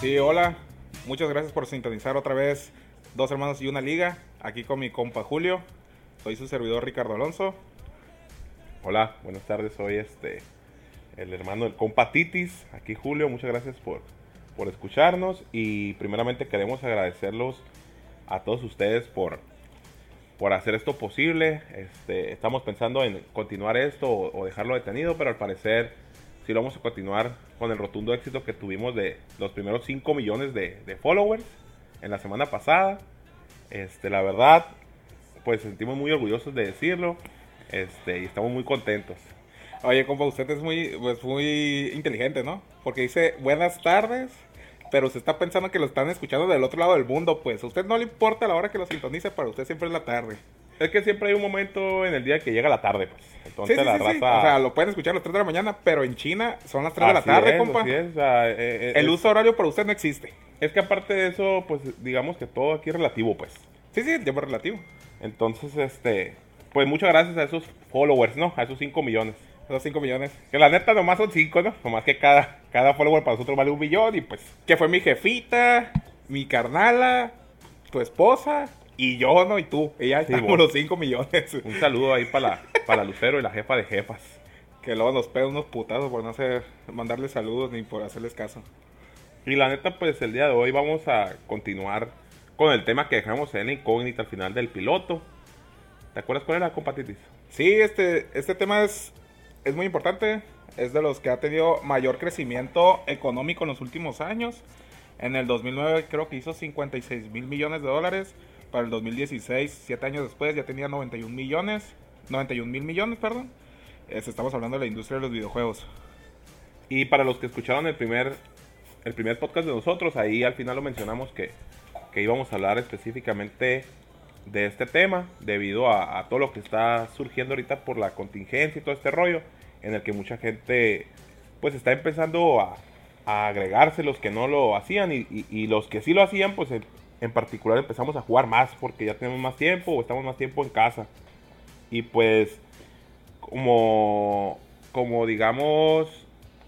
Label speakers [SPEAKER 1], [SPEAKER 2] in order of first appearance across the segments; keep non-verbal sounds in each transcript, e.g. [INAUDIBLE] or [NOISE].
[SPEAKER 1] Sí, hola. Muchas gracias por sintonizar otra vez Dos Hermanos y una Liga. Aquí con mi compa Julio. Soy su servidor Ricardo Alonso.
[SPEAKER 2] Hola, buenas tardes. Soy este el hermano del compa Titis. Aquí Julio, muchas gracias por, por escucharnos. Y primeramente queremos agradecerlos a todos ustedes por, por hacer esto posible. Este, estamos pensando en continuar esto o, o dejarlo detenido, pero al parecer sí lo vamos a continuar con el rotundo éxito que tuvimos de los primeros 5 millones de, de followers en la semana pasada. Este, la verdad, pues sentimos muy orgullosos de decirlo. Este, y estamos muy contentos.
[SPEAKER 1] Oye, compa, usted es muy, pues, muy inteligente, ¿no? Porque dice buenas tardes, pero se está pensando que lo están escuchando del otro lado del mundo, pues. A usted no le importa la hora que lo sintonice, para usted siempre es la tarde.
[SPEAKER 2] Es que siempre hay un momento en el día que llega la tarde, pues. Entonces
[SPEAKER 1] sí, sí,
[SPEAKER 2] la
[SPEAKER 1] sí,
[SPEAKER 2] raza.
[SPEAKER 1] sí. O sea, lo pueden escuchar a las 3 de la mañana, pero en China son las 3 de la
[SPEAKER 2] Así
[SPEAKER 1] tarde,
[SPEAKER 2] es,
[SPEAKER 1] compa.
[SPEAKER 2] así es, o sea, eh, eh,
[SPEAKER 1] El
[SPEAKER 2] es-
[SPEAKER 1] uso horario para usted no existe.
[SPEAKER 2] Es que aparte de eso, pues digamos que todo aquí es relativo, pues.
[SPEAKER 1] Sí, sí, el tiempo es relativo.
[SPEAKER 2] Entonces, este, pues muchas gracias a esos followers, ¿no? A esos 5 millones.
[SPEAKER 1] Esos 5 millones.
[SPEAKER 2] Que la neta nomás son 5, ¿no? Nomás que cada, cada follower para nosotros vale un millón y pues
[SPEAKER 1] Que fue mi jefita, mi carnala, tu esposa y yo, ¿no? Y tú. Y ya
[SPEAKER 2] Sí,
[SPEAKER 1] estamos
[SPEAKER 2] bueno.
[SPEAKER 1] los 5 millones. [LAUGHS]
[SPEAKER 2] un saludo ahí para la, para la Lucero y la jefa de jefas.
[SPEAKER 1] Que luego nos pegan unos putazos por no hacer, mandarles saludos ni por hacerles caso.
[SPEAKER 2] Y la neta, pues el día de hoy vamos a continuar con el tema que dejamos en la incógnita al final del piloto. ¿Te acuerdas cuál era, compatitis?
[SPEAKER 1] Sí, este, este tema es, es muy importante. Es de los que ha tenido mayor crecimiento económico en los últimos años. En el 2009 creo que hizo 56 mil millones de dólares. Para el 2016, siete años después, ya tenía 91 millones. 91 mil millones, perdón. Es- estamos hablando de la industria de los videojuegos.
[SPEAKER 2] Y para los que escucharon el primer, el primer podcast de nosotros, ahí al final lo mencionamos que, que íbamos a hablar específicamente de este tema, debido a, a todo lo que está surgiendo ahorita por la contingencia y todo este rollo, en el que mucha gente pues está empezando a, a agregarse los que no lo hacían y, y- y los que sí lo hacían, pues en, en particular empezamos a jugar más porque ya tenemos más tiempo o estamos más tiempo en casa. Y pues como, como digamos,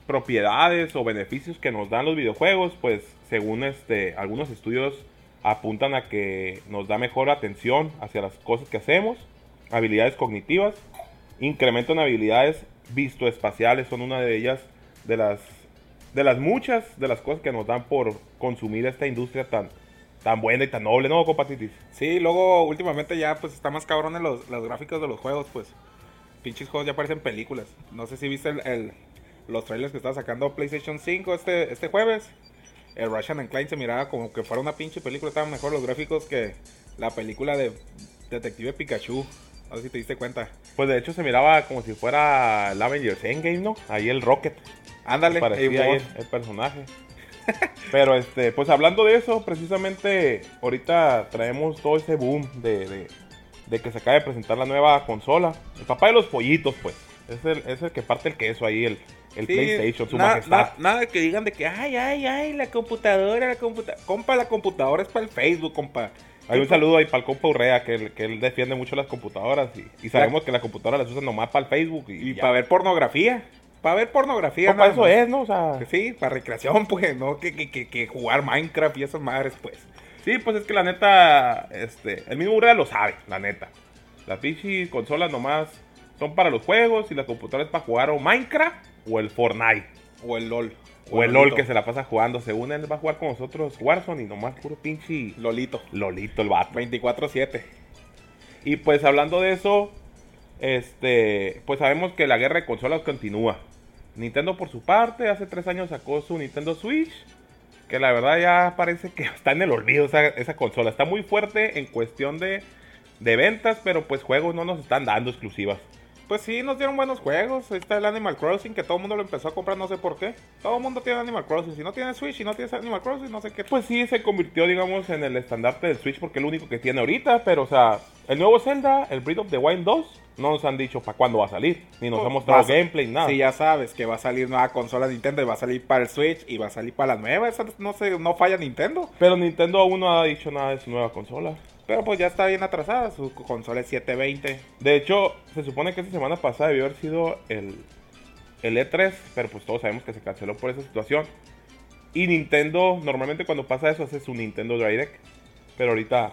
[SPEAKER 2] propiedades o beneficios que nos dan los videojuegos, pues según este, algunos estudios apuntan a que nos da mejor atención hacia las cosas que hacemos, habilidades cognitivas, incremento en habilidades vistoespaciales, son una de ellas de las, de las muchas de las cosas que nos dan por consumir esta industria tan, tan buena y tan noble, ¿no, compatitis?
[SPEAKER 1] Sí, luego últimamente ya pues está más cabrón en los, los gráficos de los juegos, pues. Pinches juegos ya parecen películas. No sé si viste el, el- los trailers que estaba sacando PlayStation 5 este, este jueves. El Russian and Klein se miraba como que fuera una pinche película. Estaban mejor los gráficos que la película de Detective Pikachu. No sé si te diste cuenta.
[SPEAKER 2] Pues de hecho se miraba como si fuera el Avengers Endgame, ¿no? Ahí el Rocket.
[SPEAKER 1] Ándale, ey,
[SPEAKER 2] Pues parecía ahí
[SPEAKER 1] vos.
[SPEAKER 2] el, el personaje. [LAUGHS] Pero este, pues hablando de eso, precisamente ahorita traemos todo ese boom de, de- de que se acaba de presentar la nueva consola. El papá de los pollitos, pues. Es el, es el que parte el queso ahí, el, el
[SPEAKER 1] Sí,
[SPEAKER 2] PlayStation, su
[SPEAKER 1] na-
[SPEAKER 2] majestad.
[SPEAKER 1] na- nada que digan de que, ay, ay, ay, la computadora, la computadora. Compa, la computadora es para el Facebook, compa.
[SPEAKER 2] Hay un saludo ahí para el compa Urrea, que, él- que él defiende mucho las computadoras. Y, y sabemos que las computadoras las usan nomás para el Facebook. Y,
[SPEAKER 1] Y Oh,
[SPEAKER 2] ya.
[SPEAKER 1] para ver pornografía. Para ver pornografía.
[SPEAKER 2] No, para eso
[SPEAKER 1] nada
[SPEAKER 2] es, ¿no? O sea,
[SPEAKER 1] más. Sí, para recreación, [LAUGHS] pues, ¿no? Que, que, que, que jugar Minecraft y esas madres, pues.
[SPEAKER 2] Sí, pues es que la neta, este, el mismo Urrea lo sabe, la neta. Las pichis consolas nomás son para los juegos y las computadoras para jugar o Minecraft o el Fortnite.
[SPEAKER 1] O el LOL.
[SPEAKER 2] O el LOL
[SPEAKER 1] Lolito.
[SPEAKER 2] que se la pasa jugando. Según él va a jugar con nosotros Warzone y nomás puro pinche
[SPEAKER 1] Lolito.
[SPEAKER 2] Lolito el vato.
[SPEAKER 1] 24-7.
[SPEAKER 2] Y pues hablando de eso, este, pues sabemos que la guerra de consolas continúa. Nintendo por su parte hace tres años sacó su Nintendo Switch, que la verdad ya parece que [LAUGHS] está en el olvido esa, esa consola. Está muy fuerte en cuestión de, de ventas, pero pues juegos no nos están dando exclusivas.
[SPEAKER 1] Pues sí, nos dieron buenos juegos. Ahí está el Animal Crossing, que todo el mundo lo empezó a comprar, no sé por qué. Todo el mundo tiene Animal Crossing. Si no tienes Switch, si no tienes Animal Crossing, no sé qué.
[SPEAKER 2] Pues sí, se convirtió, digamos, en el estandarte del Switch porque es lo único que tiene ahorita, pero o sea, el nuevo Zelda, el Breath of the Wild 2, no nos han dicho para cuándo va a salir, ni nos
[SPEAKER 1] Pues,
[SPEAKER 2] ha mostrado
[SPEAKER 1] vas a-
[SPEAKER 2] gameplay, nada.
[SPEAKER 1] Si ya sabes que va a salir nueva consola Nintendo y va a salir para el Switch y va a salir para la nueva. Esa no, sé, no falla Nintendo.
[SPEAKER 2] Pero Nintendo aún no ha dicho nada de su nueva consola.
[SPEAKER 1] Pero pues ya está bien atrasada. Su consola es 720.
[SPEAKER 2] De hecho, se supone que esta semana pasada debió E haber sido el, el E3, pero pues todos sabemos que se canceló por esa situación. Y Nintendo, normalmente cuando pasa eso, hace su Nintendo Direct. Pero ahorita,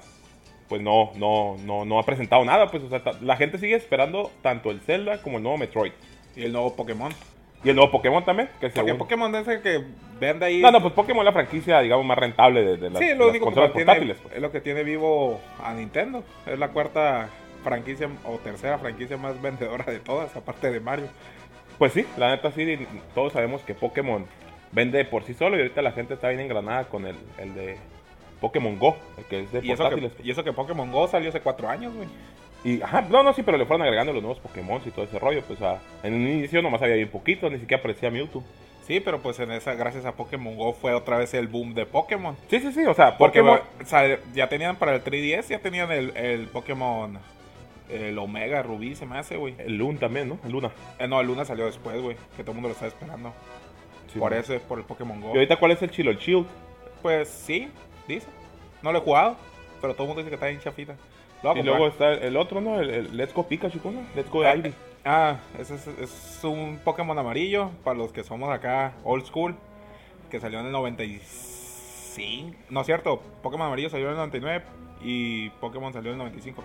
[SPEAKER 2] pues no, no, no, no ha presentado nada. Pues, o sea, ta- la gente sigue esperando tanto el Zelda como el nuevo Metroid.
[SPEAKER 1] Y el nuevo Pokémon.
[SPEAKER 2] Y el nuevo Pokémon también, que
[SPEAKER 1] Porque
[SPEAKER 2] según-
[SPEAKER 1] Pokémon es el que vende ahí.
[SPEAKER 2] No, no, pues Pokémon es la franquicia, digamos, más rentable de, de las,
[SPEAKER 1] sí,
[SPEAKER 2] de
[SPEAKER 1] lo
[SPEAKER 2] las
[SPEAKER 1] único que
[SPEAKER 2] consolas
[SPEAKER 1] mantiene
[SPEAKER 2] portátiles. pues.
[SPEAKER 1] es lo que tiene vivo a Nintendo. Es la cuarta franquicia o tercera franquicia más [LAUGHS] vendedora de todas, aparte de Mario.
[SPEAKER 2] Pues sí, la neta sí, todos sabemos que Pokémon vende por sí solo y ahorita la gente está bien engranada con el, el de Pokémon Go, el que es de
[SPEAKER 1] Y eso, que,
[SPEAKER 2] portátiles. pues.
[SPEAKER 1] y eso que Pokémon Go salió hace cuatro años, güey.
[SPEAKER 2] Y, ajá, no, no, sí, pero le fueron agregando los nuevos Pokémon y todo ese rollo. Pues ah, en un inicio nomás había bien poquito, ni siquiera aparecía Mewtwo.
[SPEAKER 1] Sí, pero pues en esa, gracias a Pokémon Go fue otra vez el boom de Pokémon.
[SPEAKER 2] Sí, sí, sí, o sea,
[SPEAKER 1] Porque
[SPEAKER 2] Pokémon.
[SPEAKER 1] o sea, ya tenían para el 3DS, ya tenían el, el Pokémon, el Omega Rubí, se me hace, güey.
[SPEAKER 2] El Loon también, ¿no? El Luna.
[SPEAKER 1] Eh, no, el Luna salió después, güey, que todo el mundo lo estaba esperando.
[SPEAKER 2] Sí,
[SPEAKER 1] por
[SPEAKER 2] ¿no?
[SPEAKER 1] eso es por el Pokémon Go.
[SPEAKER 2] ¿Y ahorita cuál es el Chilo? El Shield.
[SPEAKER 1] Pues sí, dice. No lo he jugado, pero todo el mundo dice que está bien chafita. Lo voy a
[SPEAKER 2] Y luego
[SPEAKER 1] comprar.
[SPEAKER 2] está el otro, ¿no? El, el Let's Go Pikachu, ¿no? Let's Go
[SPEAKER 1] Ah,
[SPEAKER 2] Ivy.
[SPEAKER 1] Ah, ese es, es un Pokémon amarillo para los que somos acá old school, que salió en el 95. No es cierto, Pokémon amarillo salió en el 99 y Pokémon salió en el 95.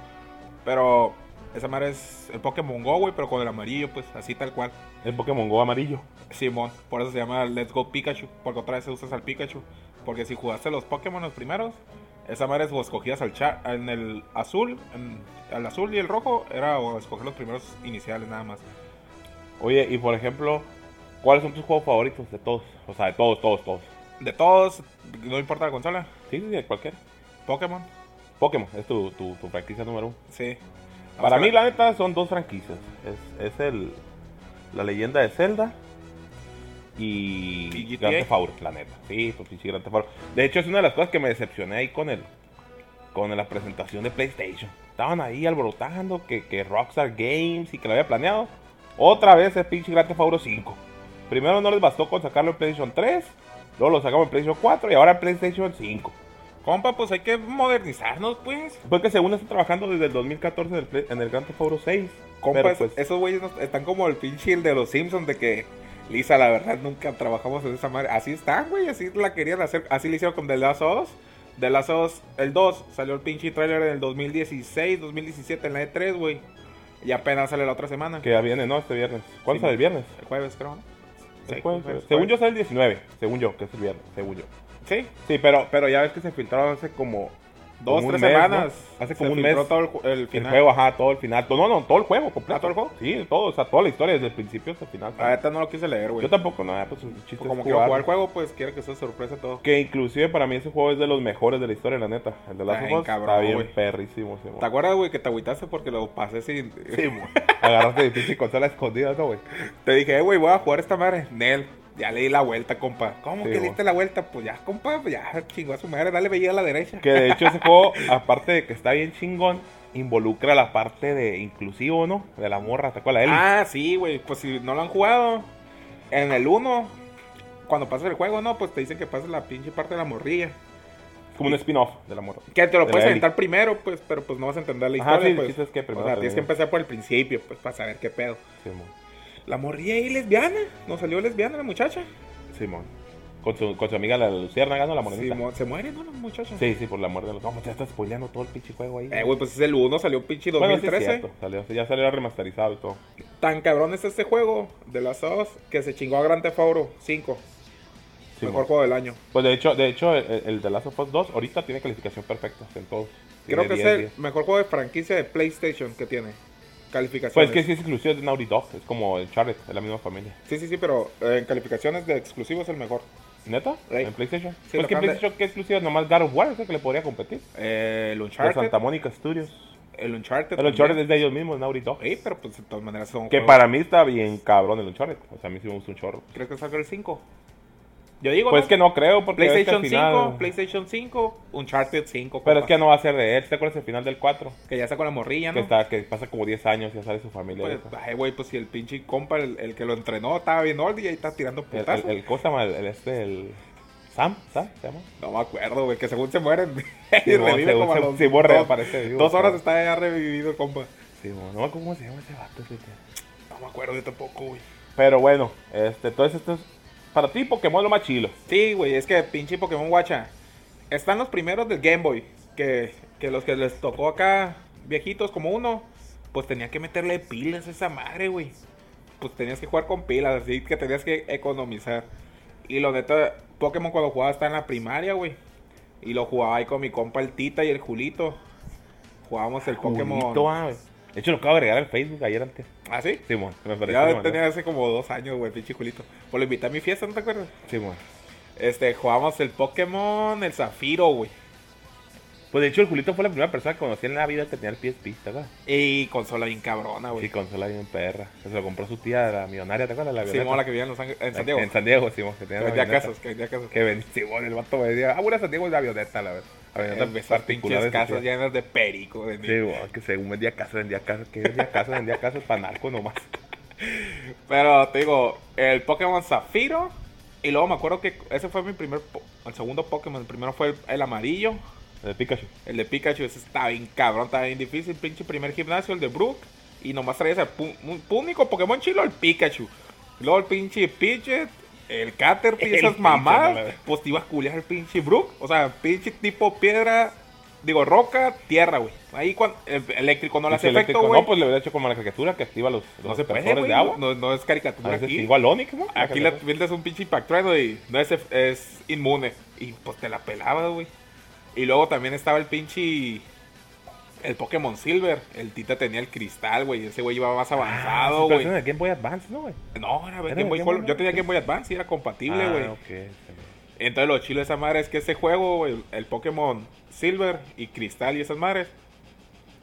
[SPEAKER 1] Pero esa madre es el Pokémon Go, güey, pero con el amarillo, pues así tal cual.
[SPEAKER 2] El Pokémon Go amarillo.
[SPEAKER 1] Simón, por eso se llama Let's Go Pikachu, porque otra vez usas al Pikachu. Porque si jugaste los Pokémon los primeros, esa madre o escogías al char, en el azul, en, al azul y el rojo, era o escoger los primeros iniciales nada más.
[SPEAKER 2] Oye, y por ejemplo, ¿cuáles son tus juegos favoritos de todos? O sea, de todos, todos, todos.
[SPEAKER 1] De todos, no importa la consola,
[SPEAKER 2] Sí, sí, de cualquier.
[SPEAKER 1] Pokémon,
[SPEAKER 2] Pokémon es tu, tu, tu franquicia número uno.
[SPEAKER 1] sí.
[SPEAKER 2] Para mí, la neta, son dos franquicias. Es, es el, la leyenda de Zelda y,
[SPEAKER 1] Y GTA.
[SPEAKER 2] Grand Theft Auto, la neta. Sí, pues sí, sí, Grand Theft Auto. De hecho, es una de las cosas que me decepcioné ahí con el con la presentación de PlayStation. Estaban ahí alborotando que, que Rockstar Games y que lo había planeado. Otra vez es pinche Grand Theft Auto 5. Primero no les bastó con sacarlo en PlayStation 3, luego lo sacamos en PlayStation 4 y ahora en PlayStation 5.
[SPEAKER 1] Compa, pues hay que modernizarnos, pues.
[SPEAKER 2] Porque según está trabajando desde el 2014 en el, Play- en el Grand Theft Auto 6.
[SPEAKER 1] Compa,
[SPEAKER 2] pero pues,
[SPEAKER 1] es- esos güeyes no- están como el pinche el de los Simpsons de que Lisa, la verdad, nunca trabajamos en esa madre. Así están, güey, así la querían hacer, así le hicieron con The Last of Us. The Last of Us, el 2, salió el pinche trailer en el 2016, 2017 en la E3, güey. Y apenas sale la otra semana.
[SPEAKER 2] Que ya viene, ¿no? Este viernes. ¿Cuándo
[SPEAKER 1] Sí,
[SPEAKER 2] sale el viernes?
[SPEAKER 1] El jueves, creo, ¿no?
[SPEAKER 2] El
[SPEAKER 1] Sí,
[SPEAKER 2] jueves,
[SPEAKER 1] jueves,
[SPEAKER 2] Según yo
[SPEAKER 1] jueves.
[SPEAKER 2] sale el 19, según yo, que es el viernes, según yo.
[SPEAKER 1] Sí,
[SPEAKER 2] Sí, pero, pero ya ves que se filtraron hace como... como
[SPEAKER 1] dos,
[SPEAKER 2] un
[SPEAKER 1] tres
[SPEAKER 2] mes,
[SPEAKER 1] semanas.
[SPEAKER 2] ¿no? Hace
[SPEAKER 1] Se
[SPEAKER 2] como un mes.
[SPEAKER 1] filtró todo el, ju- el
[SPEAKER 2] El
[SPEAKER 1] final.
[SPEAKER 2] juego, ajá, todo el final. No, no, todo el juego completo.
[SPEAKER 1] Ah, ¿todo el juego?
[SPEAKER 2] Sí, todo, o sea, toda la historia, desde el principio hasta el final.
[SPEAKER 1] La neta no lo quise leer, güey.
[SPEAKER 2] yo tampoco, no, pues un chiste.
[SPEAKER 1] Como
[SPEAKER 2] es
[SPEAKER 1] que voy a jugar
[SPEAKER 2] jugar.
[SPEAKER 1] el juego, pues quiero que sea sorpresa todo.
[SPEAKER 2] Que inclusive para mí ese juego es de los mejores de la historia, la neta. El de
[SPEAKER 1] Está
[SPEAKER 2] Last
[SPEAKER 1] bien
[SPEAKER 2] of Us está
[SPEAKER 1] cabrón,
[SPEAKER 2] bien
[SPEAKER 1] güey.
[SPEAKER 2] perrísimo. Sí,
[SPEAKER 1] ¿Te acuerdas, güey, que te agüitaste porque lo pasé sin...
[SPEAKER 2] sí, güey. Agarraste difícil consola escondida, ¿no, güey?
[SPEAKER 1] Te dije, eh, güey, voy a jugar esta madre. Nel, ya le di la vuelta, compa. ¿Cómo
[SPEAKER 2] Sí,
[SPEAKER 1] que le
[SPEAKER 2] güey.
[SPEAKER 1] diste la vuelta? Pues ya, compa, pues ya chingó a su madre, dale veía a la derecha.
[SPEAKER 2] Que de hecho ese juego, aparte de que está bien chingón, involucra la parte de inclusivo, ¿no? De la morra, ¿te acuerdas? Ellie?
[SPEAKER 1] Ah, sí, güey, pues si no lo han jugado, en el 1, cuando pasas el juego, no, pues te dicen que pases la pinche parte de la morrilla.
[SPEAKER 2] Es como un spin-off de la morra.
[SPEAKER 1] Que te lo
[SPEAKER 2] De
[SPEAKER 1] puedes
[SPEAKER 2] la
[SPEAKER 1] aventar primero, pues, pero pues no vas a entender la
[SPEAKER 2] Ajá,
[SPEAKER 1] historia,
[SPEAKER 2] sí,
[SPEAKER 1] pues.
[SPEAKER 2] el chiste es que
[SPEAKER 1] o
[SPEAKER 2] primero
[SPEAKER 1] sea, tienes que
[SPEAKER 2] termina.
[SPEAKER 1] empezar por el principio, pues, para saber qué pedo.
[SPEAKER 2] Simón.
[SPEAKER 1] La morrilla ahí lesbiana, no salió lesbiana la muchacha.
[SPEAKER 2] Simón. Con su, con su amiga la Luciérnaga, ¿no? La morenita.
[SPEAKER 1] Sí, mo- se muere, ¿no? La muchacha.
[SPEAKER 2] Sí, sí, por la muerte de los... No, pues ya está spoileando todo el pinche juego ahí.
[SPEAKER 1] Eh, güey, pues es el 1, salió pinche
[SPEAKER 2] Bueno,
[SPEAKER 1] 2013.
[SPEAKER 2] sí es cierto, salió- ya salió remasterizado y todo.
[SPEAKER 1] Tan cabrón es este juego de las dos que se chingó a Grand Theft Auto 5.
[SPEAKER 2] Sí,
[SPEAKER 1] mejor
[SPEAKER 2] mo.
[SPEAKER 1] juego del año.
[SPEAKER 2] Pues de hecho, de hecho el, el de Last of Us 2 ahorita tiene calificación perfecta en todos.
[SPEAKER 1] Creo
[SPEAKER 2] Tiene
[SPEAKER 1] que
[SPEAKER 2] 10,
[SPEAKER 1] es el
[SPEAKER 2] 10.
[SPEAKER 1] mejor juego de franquicia de PlayStation que tiene.
[SPEAKER 2] Pues
[SPEAKER 1] Calificaciones.
[SPEAKER 2] es que sí es exclusivo de Naughty Dog, es como el Charlotte, es la misma familia.
[SPEAKER 1] sí, sí, sí, pero eh, en calificaciones de exclusivos es el mejor.
[SPEAKER 2] ¿Neta?
[SPEAKER 1] Sí.
[SPEAKER 2] ¿En PlayStation?
[SPEAKER 1] Sí,
[SPEAKER 2] pues
[SPEAKER 1] lo
[SPEAKER 2] que en
[SPEAKER 1] acaban de-
[SPEAKER 2] PlayStation, ¿qué exclusiva? Nomás God of War es el que le podría competir.
[SPEAKER 1] Eh, el
[SPEAKER 2] De
[SPEAKER 1] Uncharted.
[SPEAKER 2] Santa Mónica Studios.
[SPEAKER 1] El Uncharted.
[SPEAKER 2] El
[SPEAKER 1] también.
[SPEAKER 2] Uncharted es de ellos mismos, Naughty Dog.
[SPEAKER 1] Sí, pero pues de todas maneras son.
[SPEAKER 2] Que
[SPEAKER 1] juegos.
[SPEAKER 2] para mí está bien cabrón el Uncharted. O sea, a mí sí me gusta un chorro.
[SPEAKER 1] ¿Crees que salga el 5? Yo digo.
[SPEAKER 2] Pues que no creo, porque ves que al
[SPEAKER 1] PlayStation 5,
[SPEAKER 2] final-
[SPEAKER 1] PlayStation 5, Uncharted 5.
[SPEAKER 2] Pero es
[SPEAKER 1] compa.
[SPEAKER 2] que no va a ser de él. ¿Te acuerdas el final del 4?
[SPEAKER 1] Que ya está con la morrilla, ¿no?
[SPEAKER 2] Que, está, que pasa como 10 años y ya sale su familia.
[SPEAKER 1] Pues,
[SPEAKER 2] esa.
[SPEAKER 1] ay, güey, pues si el pinche compa, el, el que lo entrenó, estaba bien old y ahí está tirando
[SPEAKER 2] el,
[SPEAKER 1] putazos.
[SPEAKER 2] el, el, ¿Cómo se llama? El, el este, el... ¿Sam? ¿Sam se llama?
[SPEAKER 1] No me acuerdo, güey, que según se mueren. [LAUGHS]
[SPEAKER 2] Sí,
[SPEAKER 1] y
[SPEAKER 2] bueno,
[SPEAKER 1] revive
[SPEAKER 2] según
[SPEAKER 1] como a
[SPEAKER 2] se-
[SPEAKER 1] los
[SPEAKER 2] sí, bueno,
[SPEAKER 1] dos-
[SPEAKER 2] reaparece vivo,
[SPEAKER 1] Dos horas
[SPEAKER 2] pero-
[SPEAKER 1] está ya revivido, el compa.
[SPEAKER 2] Sí, bueno, no me acuerdo cómo se llama ese vato. ese tío.
[SPEAKER 1] No me acuerdo yo tampoco, güey.
[SPEAKER 2] Pero bueno, este, entonces esto es Para ti, Pokémon es lo más chilo.
[SPEAKER 1] Sí, güey, es que pinche Pokémon Guacha. Están los primeros del Game Boy. Que, que los que les tocó acá, viejitos como uno, pues tenían que meterle pilas a esa madre, güey. Pues tenías que jugar con pilas, así que tenías que economizar. Y lo neta, Pokémon cuando jugaba estaba en la primaria, güey. Y lo jugaba ahí con mi compa el Tita y el Julito. Jugábamos el Pokémon.
[SPEAKER 2] Bonito, ah, güey. De hecho, lo acabo de agregar al Facebook ayer antes.
[SPEAKER 1] ¿Ah, sí?
[SPEAKER 2] Simón, me parece. que me
[SPEAKER 1] Ya
[SPEAKER 2] mandó.
[SPEAKER 1] tenía hace como dos años, güey, pinche Julito. Pues lo invité a mi fiesta, ¿no te acuerdas?
[SPEAKER 2] Simón.
[SPEAKER 1] Este, jugábamos el Pokémon, el Zafiro, güey.
[SPEAKER 2] Pues de hecho, el Julito fue la primera persona que conocí en la vida que tenía el PSP, ¿te acuerdas?
[SPEAKER 1] Y consola bien cabrona, güey.
[SPEAKER 2] Sí, consola bien perra. Que se lo compró su tía, la millonaria, ¿te acuerdas? La
[SPEAKER 1] Sí,
[SPEAKER 2] Violeta.
[SPEAKER 1] la que vivía en, Los Ángeles- en San Diego.
[SPEAKER 2] En San Diego, Simón, que
[SPEAKER 1] Que
[SPEAKER 2] tenía la
[SPEAKER 1] vendía
[SPEAKER 2] avioneta.
[SPEAKER 1] casas, que vendía casas.
[SPEAKER 2] Que ven- Simón, el vato vendía. Ah, bueno, San Diego es la avioneta, la verdad. Avioneta
[SPEAKER 1] Esas Eh, pinches
[SPEAKER 2] particulares.
[SPEAKER 1] casas
[SPEAKER 2] así.
[SPEAKER 1] llenas de perico. de-
[SPEAKER 2] Sí, güey, que según vendía casas, vendía casas, que vendía casas, vendía casas para narco nomás.
[SPEAKER 1] Pero te digo, el Pokémon Zafiro. Y luego me acuerdo que ese fue mi primer. po- El segundo Pokémon. El primero fue el, el amarillo.
[SPEAKER 2] El Pikachu.
[SPEAKER 1] El de Pikachu. Ese estaba bien cabrón, estaba bien difícil. Pinche primer gimnasio, el de Brook. Y nomás traías al pu- un- único Pokémon chilo, el Pikachu. Luego el pinche Pidget. El Caterpie,
[SPEAKER 2] [LAUGHS] El
[SPEAKER 1] esas
[SPEAKER 2] Pidgeot, la
[SPEAKER 1] mamadas.
[SPEAKER 2] verdad.
[SPEAKER 1] Pues te iba a culiar el pinche Brook. O sea, pinche tipo piedra. Digo, roca, tierra, güey. Ahí cuando. El eléctrico no le hace
[SPEAKER 2] Pinche
[SPEAKER 1] efecto,
[SPEAKER 2] eléctrico.
[SPEAKER 1] güey.
[SPEAKER 2] No, pues le hubiera hecho como la caricatura que activa los, los
[SPEAKER 1] No se puede,
[SPEAKER 2] extractores
[SPEAKER 1] güey.
[SPEAKER 2] de agua.
[SPEAKER 1] No, no es
[SPEAKER 2] A
[SPEAKER 1] caricatura
[SPEAKER 2] veces
[SPEAKER 1] aquí.
[SPEAKER 2] igual Onic, ¿no?
[SPEAKER 1] Aquí le pintas un pinche impactrueno y no es, es inmune. Y pues te la pelaba, güey. Y luego también estaba el pinche. El Pokémon Silver. El Tita tenía el cristal, güey. Ese güey iba más
[SPEAKER 2] Ah,
[SPEAKER 1] avanzado, güey.
[SPEAKER 2] de Game Boy Advance, ¿no, güey?
[SPEAKER 1] no, era
[SPEAKER 2] Era
[SPEAKER 1] Game
[SPEAKER 2] de
[SPEAKER 1] Boy
[SPEAKER 2] Game
[SPEAKER 1] Color.
[SPEAKER 2] Boy,
[SPEAKER 1] Yo
[SPEAKER 2] ¿no?
[SPEAKER 1] tenía Game Boy Advance y era compatible, güey.
[SPEAKER 2] Ah, ok. Simón.
[SPEAKER 1] Entonces lo chilo de esa madre es que ese juego, güey, el, Pokémon Silver y Cristal y esas madres,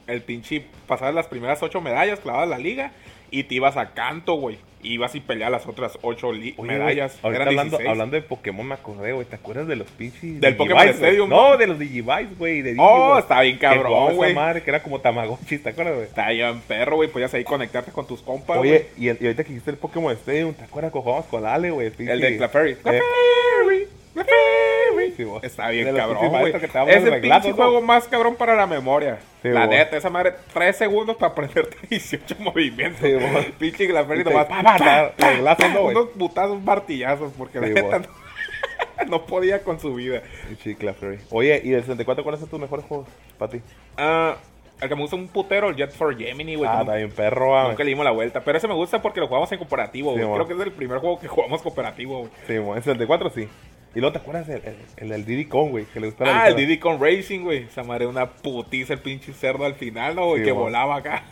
[SPEAKER 1] el pinche pasabas las primeras ocho medallas, clavabas la liga y te ibas a canto, güey. Ibas y peleabas las otras ocho li-
[SPEAKER 2] Oye,
[SPEAKER 1] medallas.
[SPEAKER 2] güey, ahorita
[SPEAKER 1] Eran
[SPEAKER 2] hablando,
[SPEAKER 1] 16.
[SPEAKER 2] hablando de Pokémon me acordé, güey. ¿Te acuerdas de los pinches
[SPEAKER 1] Del
[SPEAKER 2] Digivice,
[SPEAKER 1] Pokémon
[SPEAKER 2] güey?
[SPEAKER 1] Stadium.
[SPEAKER 2] No, de los Digivice, güey. de
[SPEAKER 1] Oh,
[SPEAKER 2] Digivolts.
[SPEAKER 1] está bien
[SPEAKER 2] Que jugaba
[SPEAKER 1] cabrón,
[SPEAKER 2] esa
[SPEAKER 1] güey.
[SPEAKER 2] madre que era como Tamagotchi, ¿te acuerdas, güey?
[SPEAKER 1] Está bien perro, güey. Podías ahí conectarte con tus compas, güey.
[SPEAKER 2] Oye, y, el- y ahorita que hiciste el Pokémon Stadium, ¿te acuerdas que jugábamos con Ale, güey? pinche-
[SPEAKER 1] El de Clefairy.
[SPEAKER 2] Eh,
[SPEAKER 1] Clefairy, Clefairy.
[SPEAKER 2] Sí, güey.
[SPEAKER 1] Está
[SPEAKER 2] De
[SPEAKER 1] bien
[SPEAKER 2] los
[SPEAKER 1] cabrón,
[SPEAKER 2] pinches
[SPEAKER 1] güey.
[SPEAKER 2] maestros que te daban
[SPEAKER 1] Es
[SPEAKER 2] los
[SPEAKER 1] el
[SPEAKER 2] reglazos,
[SPEAKER 1] pinche
[SPEAKER 2] ¿no?
[SPEAKER 1] juego más cabrón para la memoria.
[SPEAKER 2] Sí,
[SPEAKER 1] la
[SPEAKER 2] güey.
[SPEAKER 1] neta, esa madre, tres segundos para aprenderte [LAUGHS] 18 movimientos.
[SPEAKER 2] Sí, güey.
[SPEAKER 1] pinche Clefairy
[SPEAKER 2] Y te-
[SPEAKER 1] nomás. [LAUGHS]
[SPEAKER 2] pa, pa, pa, reglazos, ¿no, güey?
[SPEAKER 1] Unos putazos martillazos, porque la
[SPEAKER 2] Sí,
[SPEAKER 1] neta
[SPEAKER 2] güey.
[SPEAKER 1] no, [LAUGHS] no podía con su vida.
[SPEAKER 2] Pinche Clefairy. Oye, ¿y del 64 cuáles son tus mejores juegos para ti?
[SPEAKER 1] Ah, el que me gusta un putero, el Jet for Gemini, güey.
[SPEAKER 2] ah,
[SPEAKER 1] que
[SPEAKER 2] está
[SPEAKER 1] nunca,
[SPEAKER 2] bien perro, ah,
[SPEAKER 1] nunca le dimos la vuelta. Pero ese me gusta porque lo jugamos en cooperativo,
[SPEAKER 2] Sí,
[SPEAKER 1] güey.
[SPEAKER 2] güey.
[SPEAKER 1] Creo que es el primer juego que jugamos cooperativo, güey.
[SPEAKER 2] Sí, güey, en 64 sí. Y luego te acuerdas del el, el, del Diddy Kong, güey, que le gustaba la
[SPEAKER 1] Ah, el
[SPEAKER 2] guitarra?
[SPEAKER 1] Diddy Con Racing, güey. Esa madre una putiza el pinche cerdo al final, ¿no, güey?
[SPEAKER 2] Sí,
[SPEAKER 1] que
[SPEAKER 2] mo.
[SPEAKER 1] volaba
[SPEAKER 2] [LAUGHS]
[SPEAKER 1] acá.